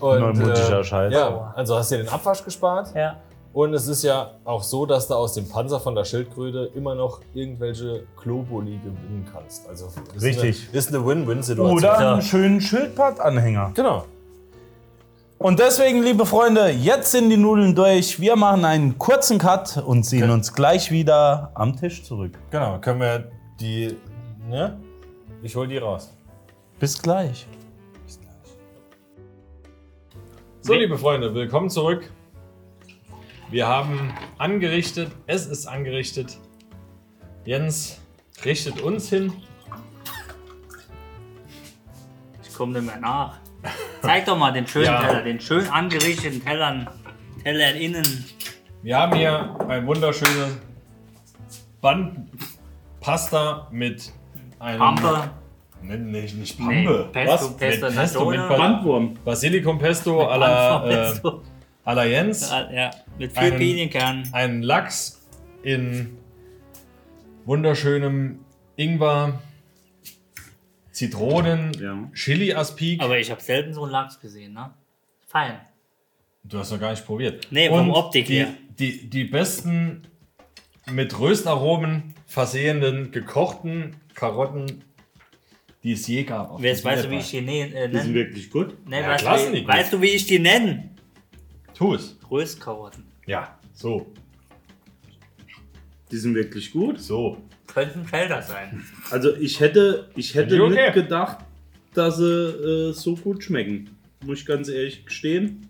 Speaker 2: und,
Speaker 3: Neumodischer Scheiß.
Speaker 2: äh, Ja, also hast dir den Abwasch gespart
Speaker 1: Ja.
Speaker 2: Und es ist ja auch so, dass du aus dem Panzer von der Schildkröte immer noch irgendwelche Globuli gewinnen kannst. Also ist
Speaker 5: Richtig.
Speaker 2: Eine, ist eine Win-Win-Situation.
Speaker 5: Oder
Speaker 1: Ja.
Speaker 5: einen schönen Schildpad-Anhänger.
Speaker 2: Genau.
Speaker 5: Und deswegen, liebe Freunde, jetzt sind die Nudeln durch. Wir machen einen kurzen Cut und sehen
Speaker 2: Okay.
Speaker 5: uns gleich wieder am Tisch zurück.
Speaker 2: Genau. Können wir die. Ne? Ich hol die raus.
Speaker 5: Bis gleich.
Speaker 2: So, liebe Freunde, willkommen zurück. Wir haben angerichtet, es ist angerichtet. Jens richtet uns hin.
Speaker 1: Ich komme nicht mehr nach. Zeig doch mal den schönen
Speaker 2: Ja.
Speaker 1: Teller, den schön angerichteten Tellern. Teller innen.
Speaker 2: Wir haben hier ein wunderschönes Bandpasta mit einem.
Speaker 1: Pampe.
Speaker 2: Nein, nee, nicht
Speaker 1: Nee,
Speaker 2: Pampe.
Speaker 1: Pesto, Pesto,
Speaker 2: mit Pesto mit
Speaker 1: Natura.
Speaker 2: ba
Speaker 3: Bandwurm.
Speaker 2: Basilikum Pesto à la, äh,
Speaker 1: Anfang-
Speaker 2: à la Jens.
Speaker 1: ja, mit viel
Speaker 2: äh, einen-
Speaker 1: Pinienkernen.
Speaker 2: Einen Lachs in wunderschönem Ingwer, Zitronen,
Speaker 3: Ja.
Speaker 2: Chili Aspik.
Speaker 1: Aber ich habe selten so einen Lachs gesehen, ne? Fein.
Speaker 2: Du hast noch gar nicht probiert.
Speaker 1: Nee, vom
Speaker 2: Und
Speaker 1: Optik
Speaker 2: die,
Speaker 1: her.
Speaker 2: Die, die besten mit Röstaromen versehenden gekochten Karotten, die es je gab. auf
Speaker 1: Jetzt
Speaker 2: dieser
Speaker 1: weißt du, wie
Speaker 2: Welt.
Speaker 1: ich die nenne. Äh,
Speaker 3: Die sind
Speaker 1: nenn?
Speaker 3: wirklich gut.
Speaker 1: Nee,
Speaker 2: Ja,
Speaker 1: weißt,
Speaker 2: klar
Speaker 1: du,
Speaker 2: sind die
Speaker 1: wie-
Speaker 2: gut.
Speaker 1: weißt du, wie ich die nenne?
Speaker 2: Tu es.
Speaker 1: Röstkarotten.
Speaker 2: Ja, so,
Speaker 3: Die sind wirklich gut.
Speaker 2: so.
Speaker 1: Könnten Felder sein.
Speaker 3: Also ich hätte, ich hätte
Speaker 2: Sind die okay?
Speaker 3: nicht gedacht, dass sie äh, so gut schmecken. Muss ich ganz ehrlich gestehen.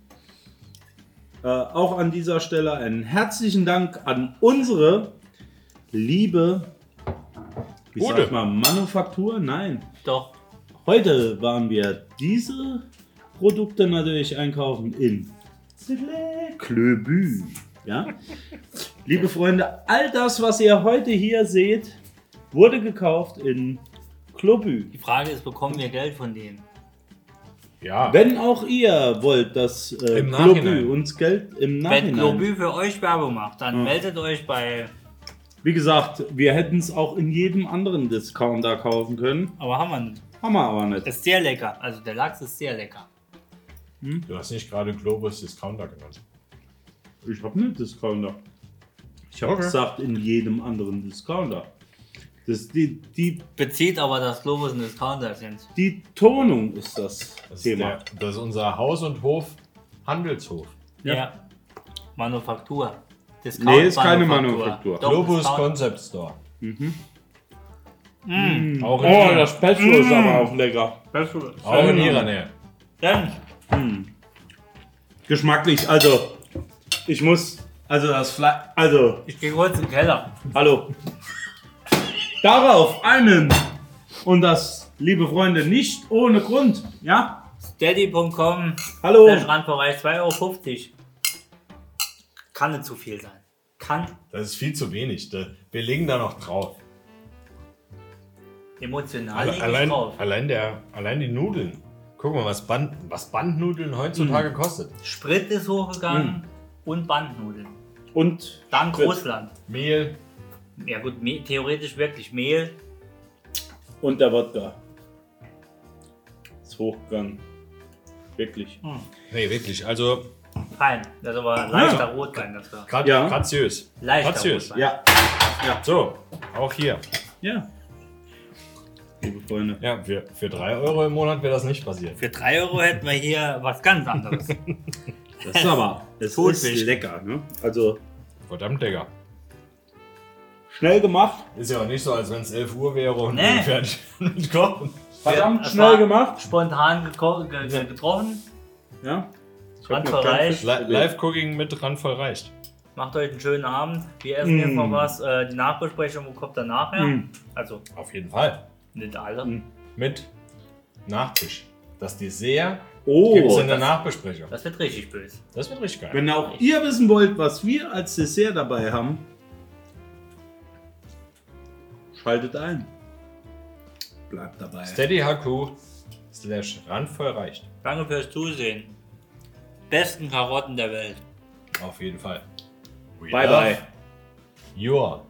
Speaker 3: Äh, auch an dieser Stelle einen herzlichen Dank an unsere liebe wie
Speaker 2: Gute.
Speaker 3: sagt man, Manufaktur. Nein.
Speaker 1: Doch.
Speaker 3: Heute waren wir diese Produkte natürlich einkaufen in Klöbü. Ja? Liebe Freunde, all das, was ihr heute hier seht, wurde gekauft in Klöbü.
Speaker 1: Die Frage ist, bekommen wir Geld von denen?
Speaker 2: Ja.
Speaker 3: Wenn auch ihr wollt, dass äh,
Speaker 2: Im
Speaker 3: Klöbü
Speaker 2: Nachhinein.
Speaker 3: uns Geld im
Speaker 1: Wenn
Speaker 3: Nachhinein.
Speaker 1: Globü für euch Werbung macht, dann meldet euch bei.
Speaker 3: Wie gesagt, wir hätten es auch in jedem anderen Discounter kaufen können.
Speaker 1: Aber haben wir nicht.
Speaker 3: Haben wir aber nicht.
Speaker 1: Das ist sehr lecker. Also der Lachs ist sehr lecker.
Speaker 2: Du hast nicht gerade Globus Discounter genannt.
Speaker 3: Ich habe nicht Discounter. Ich habe
Speaker 2: Okay.
Speaker 3: gesagt, in jedem anderen Discounter. Das, die, die,
Speaker 1: Bezieht aber, dass Globus ein Discounter sind.
Speaker 3: die Tonung ist das,
Speaker 2: Das ist,
Speaker 3: Thema.
Speaker 2: der, das ist unser Haus und Hof, Handelshof.
Speaker 1: Ja.
Speaker 3: Ja.
Speaker 1: Manufaktur. Discount
Speaker 3: Nee, ist keine Manufaktur.
Speaker 1: Doch,
Speaker 2: Globus
Speaker 1: Discount.
Speaker 2: Concept Store.
Speaker 3: Mhm.
Speaker 2: Mhm.
Speaker 1: Mm.
Speaker 2: Auch in, ihrer-
Speaker 3: Oh, Special ist aber auch lecker.
Speaker 2: auch in ihrer Nähe.
Speaker 1: Dann
Speaker 3: Geschmacklich, also ich muss, also das Fleisch, also,
Speaker 1: Ich gehe kurz in den Keller.
Speaker 3: hallo. Darauf einen und das, liebe Freunde, nicht ohne Grund, ja?
Speaker 1: Daddy.com,
Speaker 2: Oh.
Speaker 3: Hallo.
Speaker 1: der Strandbereich, 2,50 Euro. Kann nicht zu viel sein. Kann
Speaker 2: Das ist viel zu wenig. Da- Wir legen da noch drauf.
Speaker 1: emotional
Speaker 2: Alle-
Speaker 1: liege ich
Speaker 2: Allein,
Speaker 1: drauf.
Speaker 2: allein, der, allein die Nudeln. Guck mal, was, Band, was Bandnudeln
Speaker 1: Mhm.
Speaker 2: heutzutage kostet.
Speaker 1: Sprit ist hochgegangen
Speaker 2: Hm.
Speaker 1: und Bandnudeln.
Speaker 3: Und
Speaker 1: Dank
Speaker 3: Sprit.
Speaker 1: Russland.
Speaker 2: Mehl,
Speaker 1: Ja gut, Me theoretisch wirklich Mehl.
Speaker 3: Und der Wodka. Ist hochgegangen. Wirklich.
Speaker 2: Nee, wirklich. Also
Speaker 1: Fein. Das ist aber leichter Rotwein. Das war.
Speaker 2: gra
Speaker 3: Ja.
Speaker 2: graziös.
Speaker 1: Leichter
Speaker 2: Graziös.
Speaker 1: Rotwein.
Speaker 3: Ja,
Speaker 2: So, auch hier.
Speaker 3: ja. Liebe Freunde.
Speaker 2: Ja, für, für 3 Euro im Monat wäre das nicht passiert.
Speaker 1: Für 3 Euro hätten wir hier was ganz anderes.
Speaker 3: Das ist aber, es
Speaker 1: Thunfisch.
Speaker 3: ist lecker. Ne? Also
Speaker 2: Verdammt, Digga.
Speaker 3: schnell gemacht,
Speaker 2: Ist ja auch nicht so, als wenn es 11 Uhr wäre und
Speaker 1: Nee.
Speaker 2: wir fertig mit Kochen.
Speaker 3: verdammt
Speaker 1: Es
Speaker 3: schnell
Speaker 1: war
Speaker 3: gemacht.
Speaker 1: Spontan geko- ge ge getroffen.
Speaker 3: Ja.
Speaker 1: Strandbereich.
Speaker 2: Li Live-Cooking mit randvoll reicht.
Speaker 1: Macht euch einen schönen Abend. Wir essen jetzt noch was. Äh, die Nachbesprechung kommt dann nachher.
Speaker 3: Mm.
Speaker 1: Also
Speaker 2: Auf jeden Fall.
Speaker 1: nicht alle.
Speaker 3: Mm.
Speaker 2: Mit Nachtisch. Das Dessert
Speaker 3: Oh, Genau.
Speaker 2: gibt es in der
Speaker 1: das-
Speaker 2: Nachbesprechung.
Speaker 1: Das wird richtig böse.
Speaker 2: Das wird richtig geil.
Speaker 3: wenn auch ihr wissen wollt, was wir als Dessert dabei haben, schaltet ein. Bleibt dabei.
Speaker 2: Steadyhaku slash randvoll reicht.
Speaker 1: Danke fürs Zusehen. Besten Karotten der Welt.
Speaker 2: Auf jeden Fall. We
Speaker 3: Bye,
Speaker 2: love
Speaker 3: bye.
Speaker 2: You all.